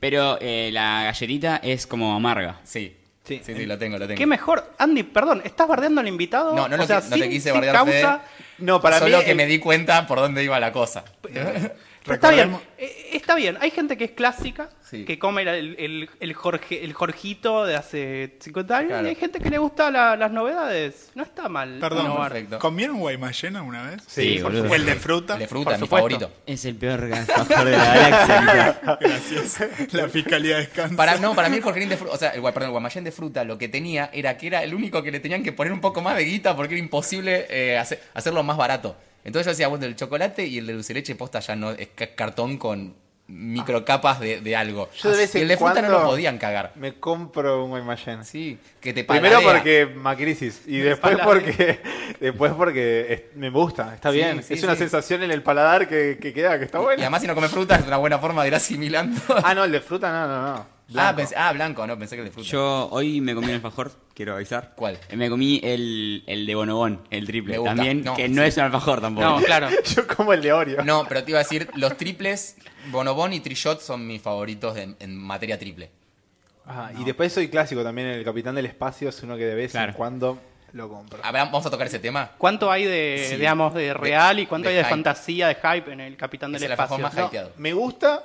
pero eh, la galletita es como amarga. Sí. Sí, Sí. sí, lo tengo, lo tengo. Qué mejor. Andy, perdón, ¿estás bardeando al invitado? No, no lo o sea, qui- no te sin- quise sin bardear, causa, Fede. No, para Solo mí. que el- me di cuenta por dónde iba la cosa. Pero Está bien, Recordemos- eh, está bien. Hay gente que es clásica, Sí. que come el, el- el Jorge, el Jorgito de hace 50 años, Claro. y hay gente que le gusta la- las novedades. No está mal. Perdón, No, innovar. perfecto. ¿comieron guaymallena una vez? Sí, Sí, boludo. boludo. ¿O el de fruta? El de fruta, Por mi supuesto. favorito. Es el peor [laughs] alfajor de la galaxia. quizás. Gracias. [laughs] La fiscalía descansa. Para, no, para mí el Jorgelín de fruta, o sea, el, guay- perdón, el guamayén de fruta lo que tenía era que era el único que le tenían que poner un poco más de guita porque era imposible eh, hace- hacerlo más barato. Entonces yo decía, bueno, el chocolate y el de dulce leche posta ya no es ca- cartón con microcapas de, de algo. Yo de vez y en el de fruta no cuando- lo podían cagar. Me compro un Guaymallén. Sí, que te Primero paladea. porque Macrisis y después Paladea. porque después porque es- me gusta, está Sí, bien. sí, es una sí. sensación en el paladar que, que queda, que está Y [laughs] buena. además si no comes fruta es una buena forma de ir asimilando. Ah, no, el de fruta no, no, no. ah, Blanco. pensé- ah, blanco, no, pensé que el de fruta. Yo hoy me comí un alfajor, quiero avisar. ¿Cuál? Eh, Me comí el, el de Bonobón, el Me triple. gusta. También, No, que no sí. es un alfajor tampoco. No, claro. [laughs] Yo como el de Oreo. No, pero te iba a decir, los triples, Bonobón y Trishot son mis favoritos de- en materia triple. Ah, Y después soy clásico también, el Capitán del Espacio es uno que de vez Claro. en cuando lo compro. A ver, vamos a tocar ese tema. ¿Cuánto hay de, Sí. digamos, de real y cuánto de hay de hype. fantasía, de hype en el Capitán del Es el Espacio? alfajor más No, hypeado. Me gusta,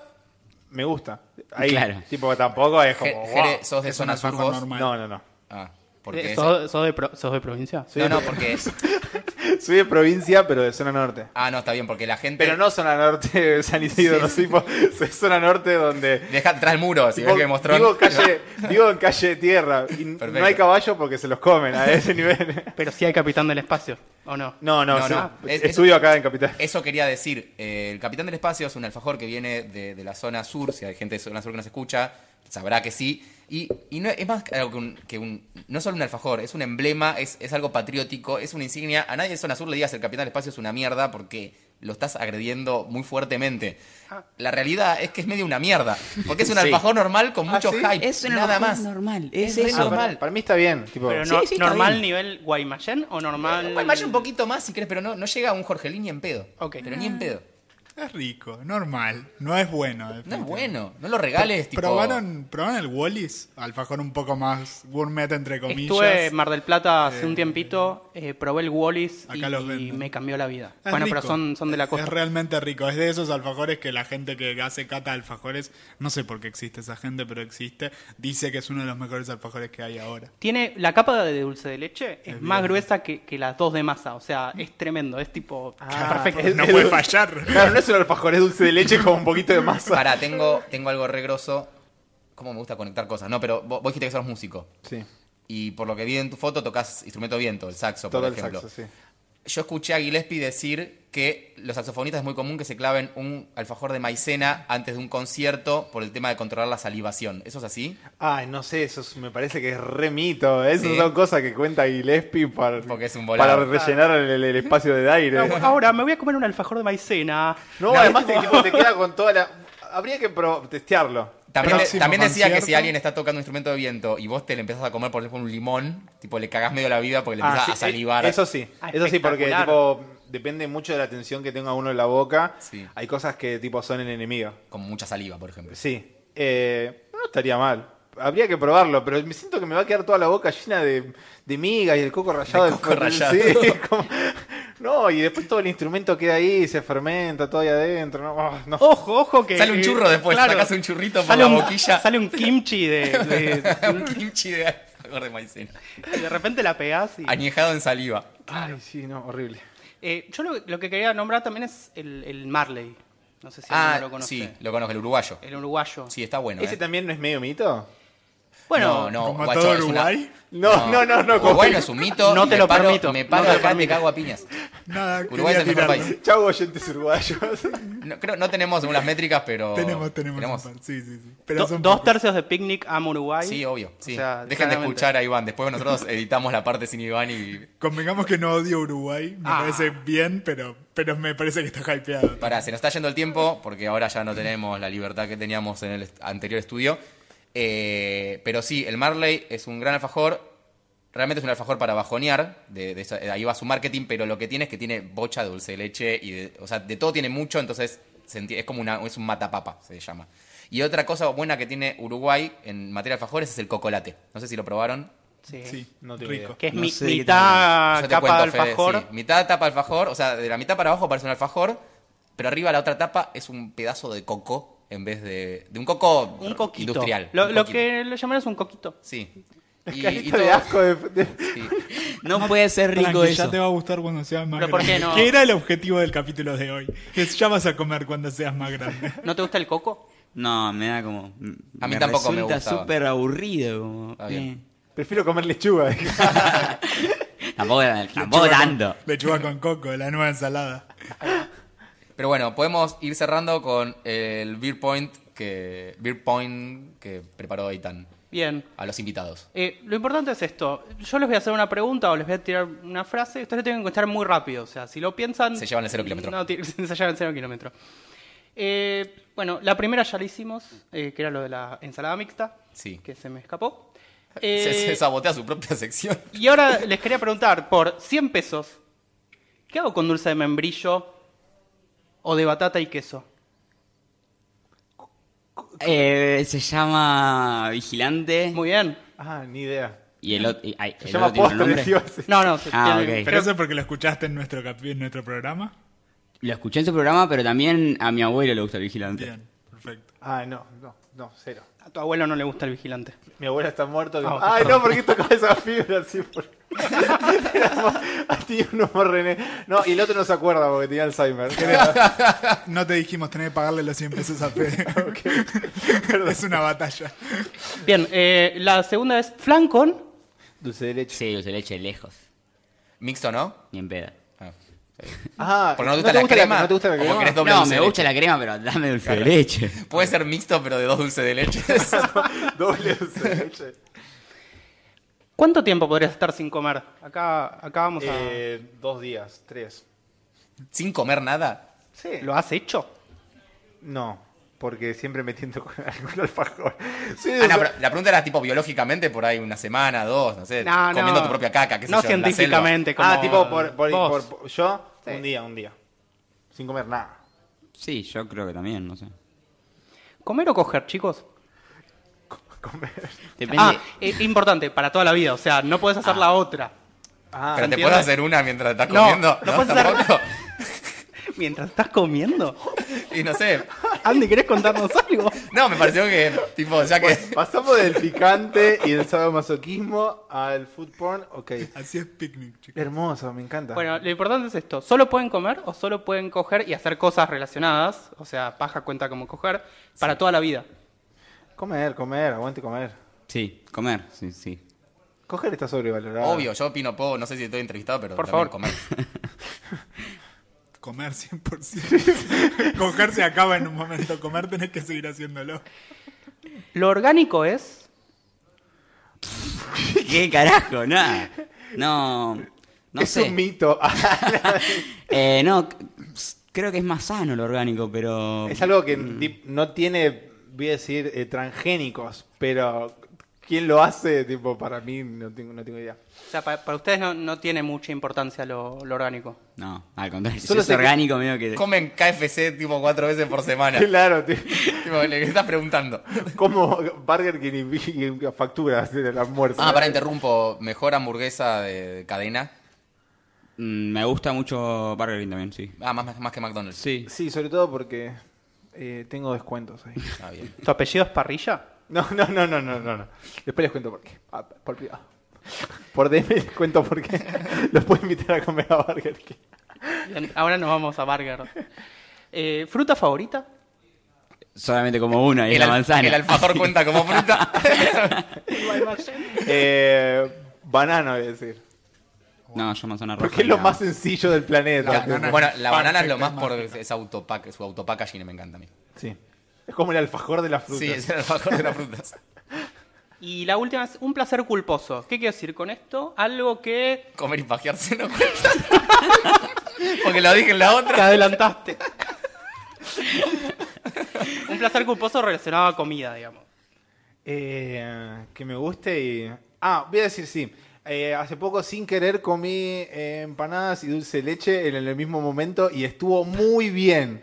me gusta. Ahí, Claro. tipo, tampoco es Je- como. Jere, "Wow". ¿sos de Es un zona sur alfajor vos? normal. No, no, no. Ah, eh, porque... ¿Sos, sos de pro- sos de provincia? Sí. No, no, porque... Soy de provincia, pero de zona norte. Ah, no, está bien, porque la gente... Pero no zona norte San Isidro, no, tipo, zona norte donde. Deja atrás el muro, si ves Tipo, que mostró... digo, calle, digo en calle de tierra. Y n- Perfecto. no hay caballo porque se los comen [laughs] a ese nivel. Pero sí hay Capitán del Espacio, ¿o no? No, no, No, sí, no. Es- estudio acá en Capital. Eso quería decir. eh, el Capitán del Espacio es un alfajor que viene de, de la zona sur. Si hay gente de zona sur que nos escucha, sabrá que sí. Y, y no, es más que algo que un, que un- No es solo un alfajor, es un emblema, es, es algo patriótico, es una insignia. A nadie de zona sur le digas el Capitán del Espacio es una mierda porque lo estás agrediendo muy fuertemente. La realidad es que es medio una mierda. Porque es un [laughs] Sí. alfajor normal con mucho sí? hype. Es un nada alfajor más. normal, es re eso. Ah, normal. para, para mí está bien. Tipo, Pero Sí, no- sí, está ¿Normal bien. nivel Guaymallén o normal...? Bueno, vaya un poquito más si querés, pero no, no llega a un Jorgelín ni en pedo. Ok. Pero ni Ah. en pedo. Es rico, normal. No es bueno. No es definitivamente. bueno. No lo regales, tipo. ¿Probaron, ¿Probaron el Wallis? Alfajor un poco más gourmet, entre comillas. Estuve en Mar del Plata hace un tiempito, eh, probé el Wallis y acá los venden. me cambió la vida. Es bueno, pero rico. son, son de la Es costa. realmente rico. Es de esos alfajores que la gente que hace cata de alfajores, no sé por qué existe esa gente, pero existe, dice que es uno de los mejores alfajores que hay ahora. Tiene la capa de dulce de leche, es, Es más bien. gruesa que, que las dos de masa, o sea, es tremendo, es tipo Ah, perfecto. es- No es puede dul- fallar. Claro, no es un alfajor, es dulce de leche con un poquito de masa. Pará, tengo, tengo algo re grosso. ¿Cómo me gusta conectar cosas? No, pero vos, vos dijiste que sos músico. Sí, Y por lo que vi en tu foto, tocas instrumento de viento, el saxo, todo por el ejemplo. saxo, sí. Yo escuché a Gillespie decir que los saxofonistas es muy común que se claven un alfajor de maicena antes de un concierto por el tema de controlar la salivación. ¿Eso es así? Ay, no sé, eso es- me parece que es re mito. ¿eh? Esas Sí. son cosas que cuenta Gillespie para, Porque es un para volado. rellenar el, el espacio de aire. No, ahora me voy a comer un alfajor de maicena. No, además te, tipo, te queda con toda la... Habría que pro- testearlo. También, Próximo también decía que si concierto. alguien está tocando un instrumento de viento y vos te le empezás a comer, por ejemplo, un limón, tipo le cagás medio la vida porque le Ah, empezás sí, a salivar. Eso sí, Ah, eso sí, porque espectacular. tipo, depende mucho de la atención que tenga uno en la boca. Sí. Hay cosas que tipo son el enemigo. Con mucha saliva, por ejemplo. [laughs] Sí. Eh, no estaría mal. Habría que probarlo, pero me siento que me va a quedar toda la boca llena de, de miga y el coco rallado. De coco rallado. [laughs] Sí, como- no, y después todo el instrumento queda ahí, se fermenta todo ahí adentro. No, Ah, no. Ojo, ojo que... Sale un churro después, claro, sacás un churrito por sale la un- boquilla. [laughs] Sale un kimchi de... [laughs] un De, kimchi de alfajor de maicena. de repente la pegás y... Añejado en saliva. Ay, sí, no, horrible. Eh, yo lo, lo que quería nombrar también es el, el Marley. No sé si ah, alguno lo conoce. sí, lo conozco, el uruguayo. El uruguayo. Sí, está bueno. ¿Ese eh. también no es medio mito? Bueno, no, no, Como guacho, todo es una- Uruguay. No, no, no, no. como- Uruguay no es un mito. No y te me lo paro- permito, Me no paro te lo acá, me permito. cago a piñas. [laughs] Nada, Uruguay es el quería mejor tirarlo. país. Chau, oyentes uruguayos. No, creo, no tenemos según las métricas, pero. Tenemos, tenemos, un par. Sí, sí, sí. Pero do- son dos pocos. tercios de Picnic Amo Uruguay. Sí, obvio. sí. O sea, Dejen de claramente. escuchar a Iván. Después nosotros [laughs] editamos la parte sin Iván y. Convengamos que no odio Uruguay, me Ah. parece bien, pero, pero me parece que está hypeado. Pará, se nos está yendo el tiempo porque ahora ya no tenemos la libertad que teníamos en el est- anterior estudio. Eh, pero sí, el Marley es un gran alfajor. Realmente es un alfajor para bajonear. De, de esa- ahí va su marketing, pero lo que tiene es que tiene bocha de dulce de leche. y de- O sea, de todo tiene mucho, entonces se enti- es como una, es un matapapa, se llama. Y otra cosa buena que tiene Uruguay en materia de alfajores es el cocolate. No sé si lo probaron. Sí. Sí, No tengo rico. idea. Que es No mi- sé de qué mitad Yo te Ah, capa de cuento, Fede, alfajor. sí. Mitad tapa alfajor, o sea, de la mitad para abajo parece un alfajor, pero arriba la otra tapa es un pedazo de coco en vez de. de un coco Un coquito. industrial. Lo, un lo coquito. que le llaman es un coquito. [laughs] Sí. Carita de asco de- de, sí. [laughs] No puede ser rico Tranqui, eso. ya te va a gustar cuando seas más Pero ¿por grande. qué no? Que era el objetivo del capítulo de hoy. Es ya vas a comer cuando seas más [laughs] grande. ¿No te gusta el coco? No, me da como. A mí tampoco me Resulta gustaba. súper aburrido. Como, Está bien. Prefiero comer lechuga. eh. Tampoco, tampoco Lechuga con- tanto. Lechuga con coco, la nueva ensalada. Pero bueno, podemos ir cerrando con el Beer Point que. Beer Point que preparó Eitan Bien. a los invitados. Eh, lo importante es esto. Yo les voy a hacer una pregunta o les voy a tirar una frase. Ustedes tienen que contestar muy rápido. O sea, si lo piensan. Se llevan el cero kilómetro. No, [laughs] ti- se llevan el cero kilómetro. Eh, bueno, la primera ya la hicimos, eh, que era lo de la ensalada mixta. Sí. Que se me escapó. [laughs] Se, se Eh, sabotea su propia sección. Y ahora les quería preguntar, por 100 pesos, ¿qué hago con dulce de membrillo o de batata y queso? Eh, se llama Vigilante. Muy bien. ah, ni idea. Y el otro. y- ay, Se ¿el llama otro tiene un postre, nombre? tío. No, no, se- Ah, tiene- ok. Pero eso es porque lo escuchaste en nuestro, capi- en nuestro programa. Lo escuché en su programa, pero también a mi abuelo le gusta el vigilante. Bien, perfecto. Ay, Ah, no, no, no, cero. a tu abuelo no le gusta el vigilante. Mi abuela está muerta. Ah, Ay, no, ¿por qué tocaba esa fibra así? Por... [laughs] Tenía un humor René. No, y el otro no se acuerda porque tenía Alzheimer. No te dijimos tener que pagarle los 100 pesos a Fede. [laughs] es una batalla. Bien, eh, la segunda es Flancon. Dulce de leche. Sí, dulce de leche lejos. ¿Mixto no? Ni en peda. Ah. Ah, Porque no te gusta la crema. ¿No te gusta la ¿O crema? querés doble no, dulce me de gusta leche? la crema, pero dame dulce Claro. de leche. Puede ser mixto, pero de dos dulces de leche. [laughs] Doble dulce de leche. ¿Cuánto tiempo podrías estar sin comer? Acá, acá vamos a. Eh, dos días, tres. Sin comer nada. Sí. ¿Lo has hecho? No, porque siempre me tiento con [laughs] algún alfajor. Sí, Ah, o sea, no, pero la pregunta era tipo biológicamente, por ahí una semana, dos, no sé. No, no. comiendo tu propia caca, qué sé No yo, en la selva. científicamente. Como ah, tipo, por, por- vos. por- por- yo, Sí. un día, un día. Sin comer nada. [laughs] Sí, yo creo que también, no sé. ¿Comer o coger, chicos? Co- Comer. Depende. Ah, eh, importante, para toda la vida. O sea, no puedes hacer la otra. Ah, Pero te ¿entiendes? puedes hacer una mientras estás No, comiendo. no puedes hacer- ¿Tampoco? [laughs] Mientras estás comiendo. Y no sé. Andy, ¿querés [laughs] contarnos algo? No, me pareció que, tipo, ya que. Pues, Pasamos del picante y del sadomasoquismo al food porn. Ok. Así es picnic, chicos. Hermoso, me encanta. Bueno, lo importante es esto. Solo pueden comer o solo pueden coger y hacer cosas relacionadas. O sea, paja cuenta como coger. Para toda la vida. Comer, comer, aguante comer. Sí, comer, sí, sí. Coger está [laughs] sobrevalorado. Obvio, yo opino poco, no sé si estoy entrevistado, pero Por también favor. comer. Comer [laughs] 100%. Coger se acaba en un momento. Comer tenés que seguir haciéndolo. Lo orgánico es. ¿Qué carajo? Nada. No, no es sé. un mito. [laughs] Eh, no, c- s- creo que es más sano lo orgánico, pero... es algo que di- no tiene, voy a decir, eh, transgénicos, pero ¿quién lo hace? Tipo, para mí no tengo, no tengo idea. O sea, pa- para, ustedes no, no tiene mucha importancia lo, lo orgánico. No, al contrario, si Solo es sé que- orgánico, medio que... Comen KFC tipo cuatro veces por semana. Claro, [laughs] tío. tipo, le estás preguntando. como Burger King y, y facturas de la muerte. Ah, para interrumpo. Mejor hamburguesa de cadena. Mm, me gusta mucho Burger King también, sí. Ah, más, más- más que McDonald's. Sí. Sí, sobre todo porque eh, tengo descuentos ahí. Ah, bien. ¿Tu apellido es Parrilla? No, no, no, no, no, no. no. Después les cuento por qué. Ah, por privado. Por DM les cuento por qué. [laughs] Los puedo invitar a comer a Burger King. Bien, Ahora nos vamos a Burger. Eh, ¿Fruta favorita? Solamente como una y es la al- manzana. el [laughs] alfajor cuenta como fruta. Eh, banano, voy a decir. No, yo manzana roja. Porque es lo no. más sencillo del La- planeta. tipo. bueno, la banana es lo más Perfecta, por es autopack, su autopackaging me encanta a mí. Sí. Es como el alfajor de las frutas. Sí, es el alfajor de las frutas. Y la última es un placer culposo. ¿Qué quiero decir con esto? Algo que Comer y pajearse no cuenta. [laughs] Porque lo dije en la te otra. adelantaste. [laughs] un placer culposo relacionado a comida, digamos. Eh, que me guste y... Ah, voy a decir sí. Eh, hace poco sin querer comí eh, empanadas y dulce de leche en el mismo momento y estuvo muy bien.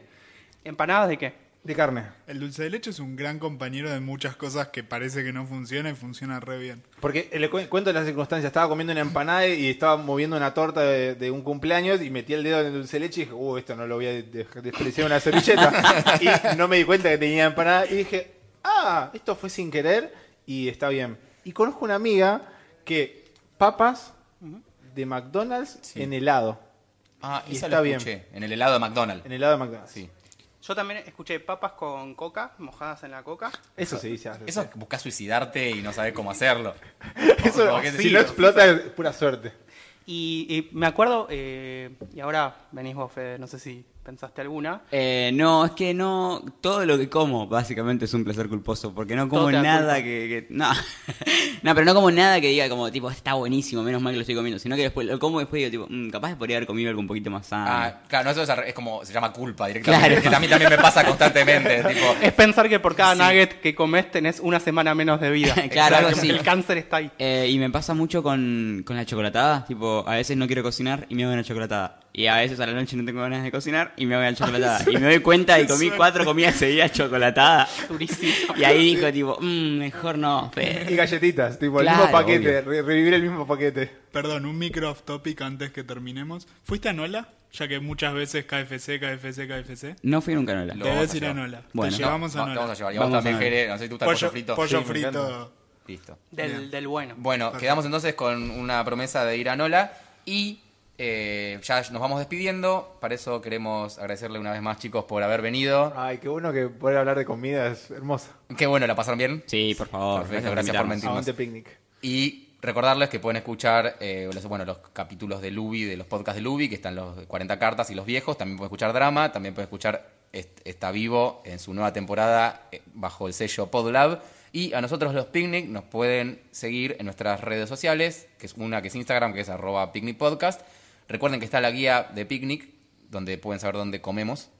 ¿Empanadas de qué? De carne. El dulce de leche es un gran compañero de muchas cosas que parece que no funciona y funciona re bien. Porque eh, le cu- cuento las circunstancias. Estaba comiendo una empanada y estaba moviendo una torta de, de un cumpleaños y metí el dedo en el dulce de leche y dije, uh, esto no lo voy a de- de- despreciar una servilleta. y no me di cuenta que tenía empanada y dije, ah, esto fue sin querer y está bien. Y conozco una amiga que papas de McDonald's Sí. en helado. Ah, Y esa está la bien. escuché. En el helado de McDonald's. En helado de McDonald's. Sí. Yo también escuché papas con coca, mojadas en la coca. Eso se dice. hace- Eso es que buscas suicidarte y no sabes cómo hacerlo. Eso, Como que si sí, no o- explota es pura suerte. Y, y me acuerdo, eh, y ahora venís vos, Fede, no sé si pensaste alguna. Eh, no, es que no. Todo lo que como, básicamente, es un placer culposo. Porque no Todo como te da nada culpa. que. que- no. [laughs] no, pero no como nada que diga, como, tipo, está buenísimo, menos mal que lo estoy comiendo. Sino que después lo como y después digo, tipo, "Mm, capaz podría haber comido algo un poquito más sano. Ah, claro, no, eso es, al re- es como, se llama culpa directamente. Claro. Que a mí también me pasa constantemente. tipo, Es pensar que por cada nugget que comes tenés una semana menos de vida. Claro, algo Exacto, así. El cáncer está ahí. Eh, y me pasa mucho con, con la chocolatada. Tipo, a veces no quiero cocinar y me hago una chocolatada. Y a veces a la noche no tengo ganas de cocinar y me voy [laughs] al chocolatada. Y me doy cuenta y comí cuatro comidas seguidas chocolatada. Durísimo. Y ahí dijo tipo, "Mm, mejor no, Fede". Y galletitas, tipo, el Claro, mismo paquete, obvio. re- revivir el mismo paquete. Perdón, un micro off topic antes que terminemos. ¿Fuiste a Nola? Ya que muchas veces KFC, KFC, KFC. No fui nunca a Nola. Lo- vamos Debes a ir a llevar. Nola. Bueno, Te llevamos No, a te Nola. vamos a llevar. Y vos Vamos a también, ver. Jere, no sé, si te gusta el pollo pollo, frito. pollo Sí, me frito. encanta. Listo. Del, del bueno. Bueno, quedamos entonces con una promesa de ir a Nola y eh, ya nos vamos despidiendo. Para eso queremos agradecerle una vez más, chicos, por haber venido. Ay, qué bueno que poder hablar de comida es hermosa. Qué bueno, la pasaron bien. Sí, por favor. Perfecto, gracias gracias por por mentir. Sí, A más- un de picnic. Y recordarles que pueden escuchar eh, los, bueno, los capítulos de Lubi, de los podcasts de Lubi, que están los 40 cartas y los viejos. También pueden escuchar drama, también pueden escuchar Est- Está Vivo en su nueva temporada eh, bajo el sello Podlab. Y a nosotros los Picnic nos pueden seguir en nuestras redes sociales, que es una que es Instagram, que es arroba Picnic Podcast. Recuerden que está la guía de Picnic, donde pueden saber dónde comemos.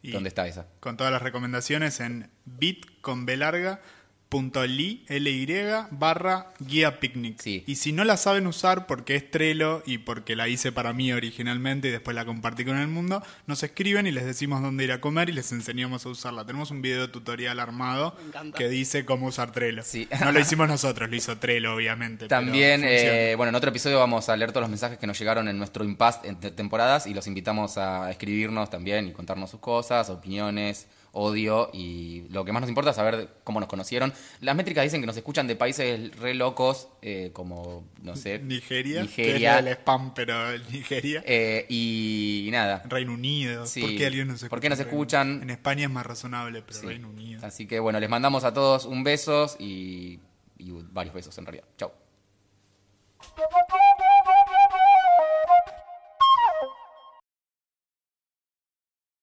Y- ¿Dónde está esa? con todas las recomendaciones en bit con B larga, punto li, L-Y, barra guía picnic. Sí. Y si no la saben usar porque es Trello y porque la hice para mí originalmente y después la compartí con el mundo, nos escriben y les decimos dónde ir a comer y les enseñamos a usarla. Tenemos un video tutorial armado Me encanta. que dice cómo usar Trello. Sí. [laughs] No lo hicimos nosotros, lo hizo Trello obviamente. pero También, funciona. eh, bueno, en otro episodio vamos a leer todos los mensajes que nos llegaron en nuestro impasse entre temporadas y los invitamos a escribirnos también y contarnos sus cosas, opiniones, odio y lo que más nos importa es saber cómo nos conocieron. Las métricas dicen que nos escuchan de países re locos eh, como, no sé, Nigeria, que es Nigeria. la del Este. spam, pero el Nigeria. eh, y nada. Reino Unido. Sí. ¿Por qué alguien nos escucha? ¿Por qué nos en Reino- escuchan? En España es más razonable, pero Sí. Reino Unido. Así que bueno, les mandamos a todos un beso y, y varios besos en realidad. Chao. Thank you.